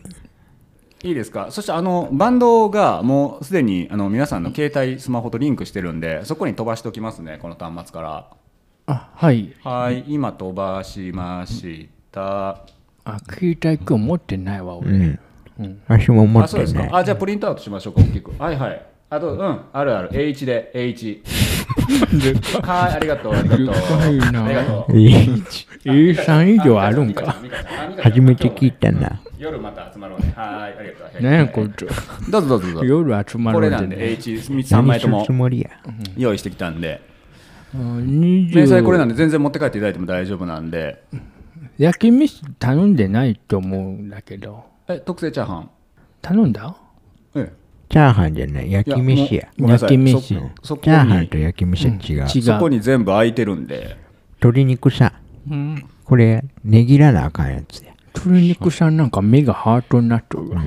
A: いいですか、そしてあのバンドがもうすでにあの皆さんの携帯、スマホとリンクしてるんで、そこに飛ばしておきますね、この端末から。
D: あはい。
A: はい、今飛ばしました。
D: あ携帯今日持ってないわ俺。
E: 私も持
A: あ、
E: っ
A: そうで
E: て
A: す
E: な
A: か
E: い。。
A: あ、じゃあプリントアウトしましょうか、大きく。はいはい。あと、うん、あるある、A1 で、A1。はい、ありがとう、ありがとう。
D: でかいな
A: ありがとう。
D: A3 以上あるんか。
A: ミカちゃん。あミカちゃん
E: 初めて聞いたな。
A: 夜また集まろうね。はい、ありがとう。
D: 何やこいつ。
A: どうぞどうぞどうぞ。
D: 夜集ま
A: これ
D: るん
A: な
D: で
A: んで、
D: ね。
A: H3
E: 何
A: 枚
E: す
A: と
E: る
A: も
E: つもりや。
A: 用意してきたんで、
D: うん20
A: 明細これなんで、全然持って帰っていただいても大丈夫なんで、
D: 焼き飯頼んでないと思うんだけど。
A: え特製チャーハン、
D: 頼んだ
A: え
E: チャーハンじゃない、焼き飯や。
A: え、ごめんなさい
D: 焼き飯
A: そそこ
E: チャーハン
A: に
E: と焼き飯は違う。
D: 違
A: そこ
D: う。
A: に全部空いてるんで、
E: 鶏肉さ、これ、ねぎらなあかんやつや。
D: 鶏肉さんなんか目がハートになっとるわ。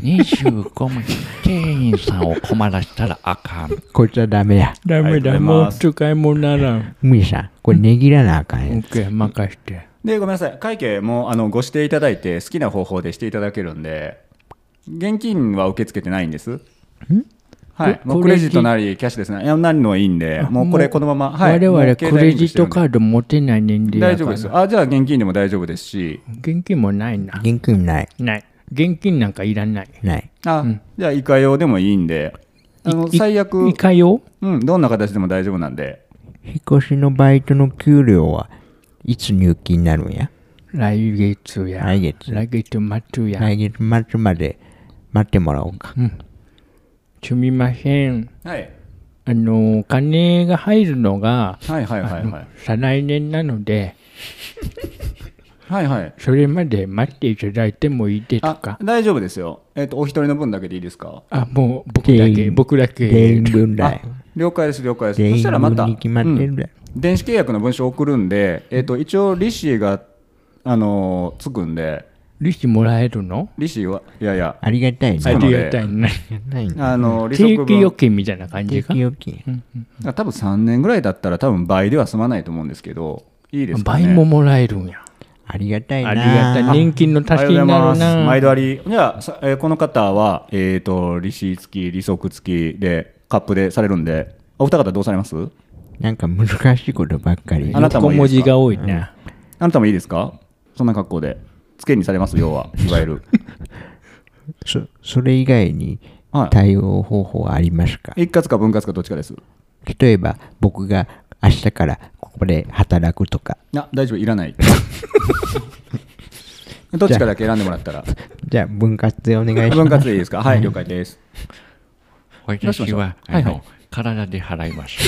C: 25万 [LAUGHS] 店員さんを困らしたらあかん。
E: こいつはダメや。
D: [LAUGHS] ダメだ、
A: ありがとうござい
D: も
A: ま
D: う
A: す
D: 使い物ならん。
E: 海さん、これねぎらなあかん
D: オ
E: や
D: ッ
E: つ。
D: ケー、任して。
A: でごめんなさい、会計もあのご指定いただいて、好きな方法でしていただけるんで、現金は受け付けてないんです。はい、
D: こ
A: もうクレジットなりキャッシュですね、いやなりのいいんで、もうこれこのまま、はい、
D: 我
A: もう
D: 々
A: 携帯
D: クレジット
A: リンクして
D: カード持てない年
A: るんで
D: 齢
A: 大
D: だ
A: 丈夫
D: か
A: で
D: ら
A: すよ。あ、じゃあ現金でも大丈夫ですし、
D: 現金もないな。
E: 現金ない。
D: ない。現金なんかいらない。
E: ない。
A: あ、じゃあ、イカ用でもいいんで、あの
D: い
A: 最悪
D: い、かよ
A: うん、どんな形でも大丈夫なんで、
E: 引っ越しのバイトの給料はいつ入金になるんや
D: 来月や。
E: 来月
D: 来月待つや。
E: 来月末まで待ってもらおうか。
D: うん。すみません。
A: はい。
D: あの、お金が入るのが、
A: はいはいはいはい。
D: 再来年なので、
A: はいはい。
D: それまで待っていただいてもいいです
A: あ
D: か、
A: 大丈夫ですよ。えっ、と、お一人の分だけでいいですか
D: あもう僕だ
E: 全
D: け、
E: 員
D: 僕だ
E: 全員
D: け。
E: 分だよ。
A: 了解です、了解です。そ
E: 全
A: し
E: 員
A: たらまた、
E: 分に決まってるだよ。
A: うん電子契約の文書送るんで、えっ、と、一応、利子が、あのーつくんで、
D: 利子もらえるの
A: 利子は、いやいや、
E: ありがたいね。
A: そ
D: あ
A: うなの
D: り
A: で
D: がたいな。
E: ないんだ。
A: あのー利
D: 定
A: 息
D: 期預
A: 分、
D: 金みたいな感じ
E: 定
D: か
E: 期。預金。
A: あ多分3年ぐらいだったら、多分倍では済まないと思うんですけど、いいですか、ね、
D: 倍ももらえるんや。
E: ありがたいな。
D: ありがたい。年金の
A: あり
D: 足
A: が
D: し
A: とうござい
D: にな
A: ま
D: る
A: す。
D: な。
A: 毎度あり。じゃあ、さえーこの方は、えっ、と、利子付き、利息付きで、カップでされるんで、あお二方どうされます
E: なんか難しいことばっかり
A: あ。なたも
D: 小
A: いいで
D: 文
A: す
D: 字
A: か
D: が多いな。
A: あなたもいいですかそんな格好で。つけにされます、要は。いわゆ
E: [LAUGHS]
A: る。
E: そそれ以外に
A: はい。
E: 対応方法はありますか
A: 一括か分割かどっちかです。
E: 例えば僕が明日からここで働くとか。
A: あ、大丈夫、いらない。 [LAUGHS] どっちかだけ選んでもらったら。
E: じゃあ分割でお願いします。
A: 分割でいいですかはい、了解です。
C: 私は、
A: どうしましょうは
C: あ
A: いは
C: の、
A: い
C: 体で払います。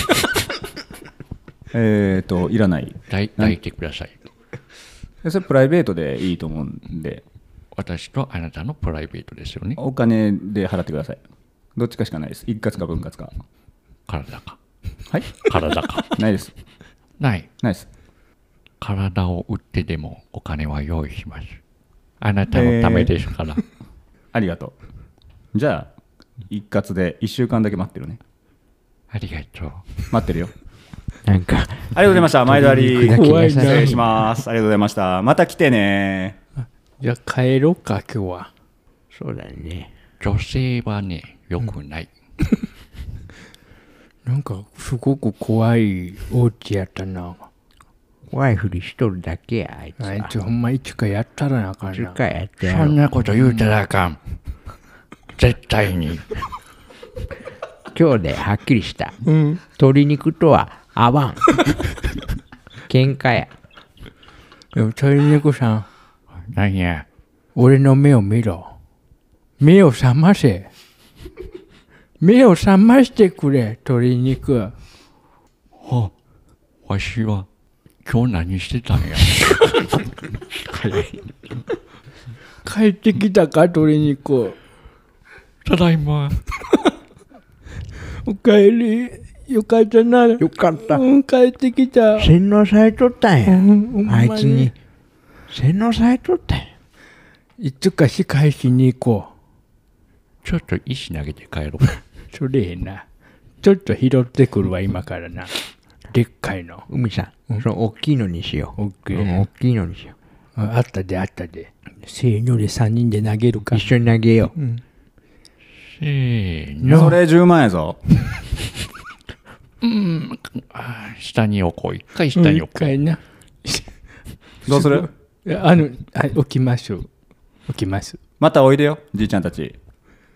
A: えっ、と、いらない。
C: 抱い抱いてください。
A: それプライベートでいいと思うんで、
C: 私とあなたのプライベートですよね。
A: お金で払ってください。どっちかしかないです。一括か分割か。
C: 体か。
A: はい
C: 体 [LAUGHS] か。
A: ないです。
C: ない。
A: ないです。
C: 体を売ってでもお金は用意します。あなたのためですから。
A: ありがとう。じゃあ、一括で1週間だけ待ってるね。
C: ありがとう。
A: 待ってるよ。
E: なんか、
A: ありがとうございました。毎度あり。
D: 怖いな
A: 失礼します。ありがとうございました。また来てね。
D: じゃあ帰ろうか、今日は。
E: そうだね。
C: 女性はね、良くない。
D: なんか、すごく怖いお家やったな。
E: 怖いふりしとるだけや、あいつ
D: あい
E: は。
D: つほんまいつかやったらなあかん
E: 10
D: な。
E: 回やってや
C: そ
E: ろ
C: ん
E: う。
C: なこと言うたらあかん。絶対に。
E: 今日ではっきりした。鶏肉とは合わん。喧嘩や。
D: でも鶏肉さん、
C: 何や。
D: 俺の目を見ろ。目を覚
E: [LAUGHS]
D: ませ。目を覚ましてくれ、鶏肉。
C: わしは今日何してたんや。
D: 帰ってきたか、鶏肉。
C: ただいま。
D: おかえり。よかったな。
E: よかった
D: う。ん、帰ってきた。
E: 洗脳されとった
D: うん
E: や。
D: んほんま
E: あいつに。洗脳されとったんや。
D: いつか仕返しに行こ
C: ちょっと石投げて帰ろうか。
D: う。それええな。ちょっと拾ってくるわ、今からな。でっかいの。
E: 海さん、その大きいのにしよう。
D: オッケ
E: うん
D: ー。
E: 大きいのにしよ
D: あったで、あったで。せーので3人で投げる
E: う。
D: か
E: 一。緒に投げよう。
C: せーの。
A: それ10万やぞ。
C: あー下に置こう。一回
D: うん
C: 下に置
D: 一
C: こう。
D: 回な。
A: どうす
F: [LAUGHS]
A: る
D: いやあの、はい、起きましょう。起きます。
A: またおいでよ、じいちゃんたち。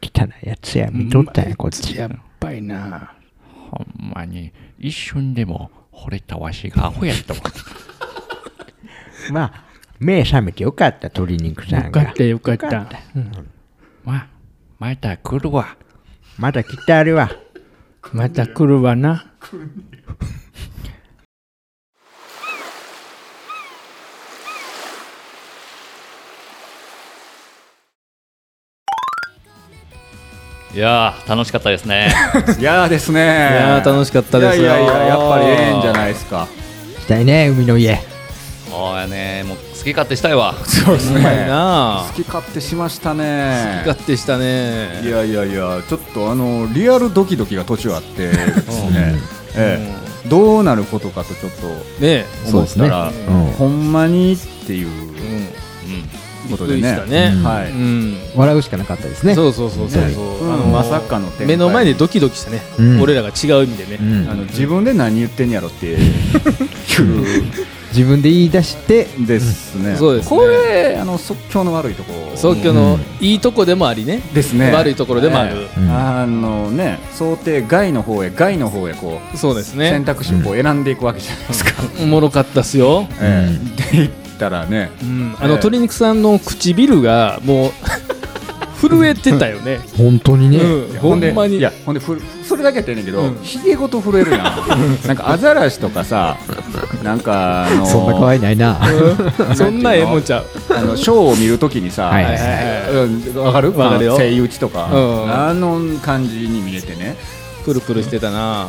E: 汚いやつや。見とったんや、こっち。
D: やっばいな。
C: ほんまに一瞬でも惚れたわしがアホやったわ。
E: まあ、目覚めてよかった、鶏肉さ
D: よ
E: ん
D: か
E: が。
D: った、よかった。
C: まあ、また来るわ。
E: まだ来てあるわ。
D: また来るわな。
F: いやー楽しかったですね
A: いやーですねい
F: いやー楽しかったですよ
A: いやいやいや、やっぱりええんじゃないですか。
E: 来たいね、海の家。
F: そうやねもう好き勝手したいわ
A: そうです
F: うまい
A: ね。
F: な
A: 好き勝手しました
F: 好き
A: ね。
F: 勝手したね
A: いやいやいや、ちょっとあの、リアルドキドキが途中あってですね。ええ、どうなることかとちょっ
F: ね
A: と思ったら、
E: うん
A: ほんまにっていうことで
F: びっくりし
A: ね
F: た。ね
A: は
F: う
A: い。
F: ん、
E: 笑うしかなかったですね。
F: そうそうそうそうそう、
A: あのまさかの展開
F: 目の前でドキドキしたね、
E: うん
F: 俺らが違う意味でね、
E: うん
A: あの自分で何言ってんやろっていう
E: 自分で言い出して、
A: ですね。
F: そうですね
A: これあの即興の悪いとこ。
F: 東京のいいとこでもありね、
A: ですね。
F: 悪いところでもある
A: ええ
E: うん
A: あのね想定外の方へ外の方へこう
F: そうです
A: 選
F: ね
A: 択肢をこう選んでいくわけじゃないですか。
F: おもろかったっすよ
A: ええで一ったらね、
F: うんあの鶏肉さんの唇がもう [LAUGHS] 震えてたよね、
E: 本当にね、
F: うん、ほんまに
A: いやほんでふるそれだけやってんねんけど、
F: うん
A: ひげごと震えるやん
F: [LAUGHS]
A: なんかアザラシとかさなんかあの
E: そんな可愛いないな
F: うんそんなええもんちゃう
A: あのショーを見るときにさ、
E: はいはい
A: うん、わかる
F: わかるよ
A: 声優打ちとか、
F: うん
A: あの感じに見えてね、
F: プルプルしてたな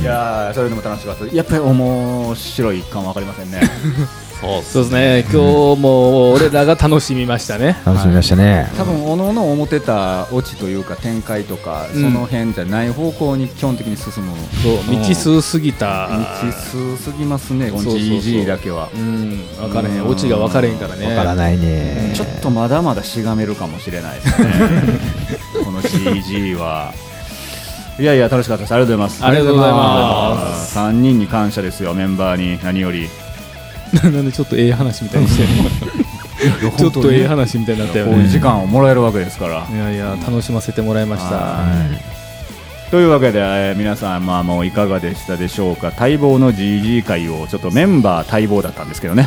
F: い
A: やーそれでも楽しかったやっぱり面白い感は分かりません
E: [LAUGHS]
A: ね
C: そう
F: そうですね今日も俺らが楽しみましたね
E: 楽しみましたね、
A: 多分おのの思ってたオチというか展開とか、
F: うん
A: その辺じゃない方向に基本的に進む
F: そう未知数すぎた
A: 道数すぎますねこの
F: そうそうそう
A: GG だけは
F: うん分からへんオチが分からへんからね
E: わからないね
A: ちょっとまだまだしがめるかもしれない
F: [LAUGHS]
A: ですねこの GG はいやいや楽しかったですありがとうございます
F: ありがとうございます
A: 3人に感謝ですよメンバーに何より
F: [LAUGHS] なんでちょっとええ話みたいにしてんのちょっとええ話みたいになったよ
A: こういう
F: ね
A: 時間をもらえるわけですから
F: いやいや楽しませてもらいました
A: というわけで、えー皆さん、まあ、もういかがでしたでしょうか待望の GG 会をちょっとメンバー待望だったんですけどね、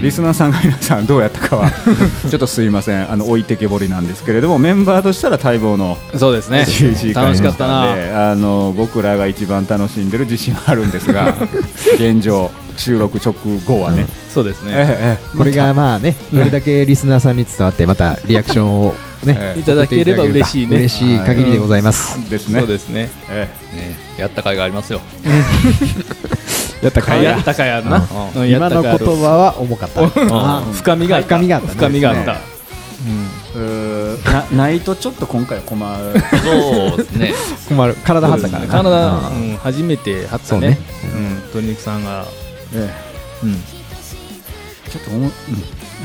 A: リスナーさんが皆さんどうやったかは [LAUGHS] ちょっとすいませんあの置いてけぼりなんですけれどもメンバーとしたら待望の
F: そうです [LAUGHS] ね
A: GG 会
F: 楽
A: で
F: し
A: し
F: か
A: た
F: った
A: の
F: な
A: であの僕らが一番楽しんでる自信はあるんです [LAUGHS] が現状収録直後はね、
F: そうです
A: ええ
F: ね
A: ええ
E: これがまあねこれだけリスナーさんに伝わってまたリアクションをね
A: ええ
F: いただければ嬉しいね
E: 嬉しい限りでございます、
A: ですね
F: そうですね
A: え
C: ねやった甲斐がありますよ
E: やったかい
F: やったかやんなうんや
E: 今
F: った
E: の
F: かや
E: 言葉は重かった
F: あ深みがあった
E: 深みがあったね
F: 深みがあった
A: ねえうーなないとちょっと今回は困る
C: そうですね
E: 困る体張ったからな
F: カナダ
E: うん
F: うん初めて張ったねうん鶏肉さんが
A: ええ
F: うん
A: ちょっとおも、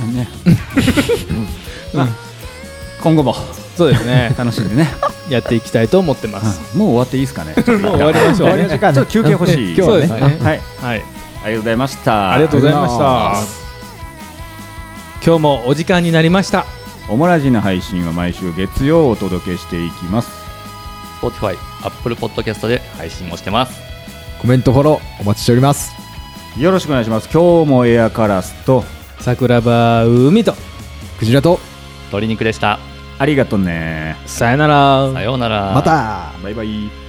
A: うん、 [LAUGHS] ね、まあ、今後も
F: そうです [LAUGHS] ね
A: 楽しんでね、
F: やっていきたいと思ってます
A: [LAUGHS] もう終わっていいですかね。
F: もう終わりましょう
E: 終わりの時間
A: ちょっと休憩欲しい
E: 今日はね
F: そうですね
A: はい、あ
F: はい
A: りがとうございました。
F: ありがとうございました今日もお時間になりました
A: オモラジの配信は毎週月曜お届けしていきます。
C: [LAUGHS] Spotify、Apple Podcast で配信もしてます
E: コメントフォローお待ちしております
A: よろしくお願いします。今日もエアカラスと、
F: 桜庭海と
E: クジラと
C: 鶏肉でした
A: ありがとうね。
F: さよなら
C: さようなら
E: また
A: バイバイ。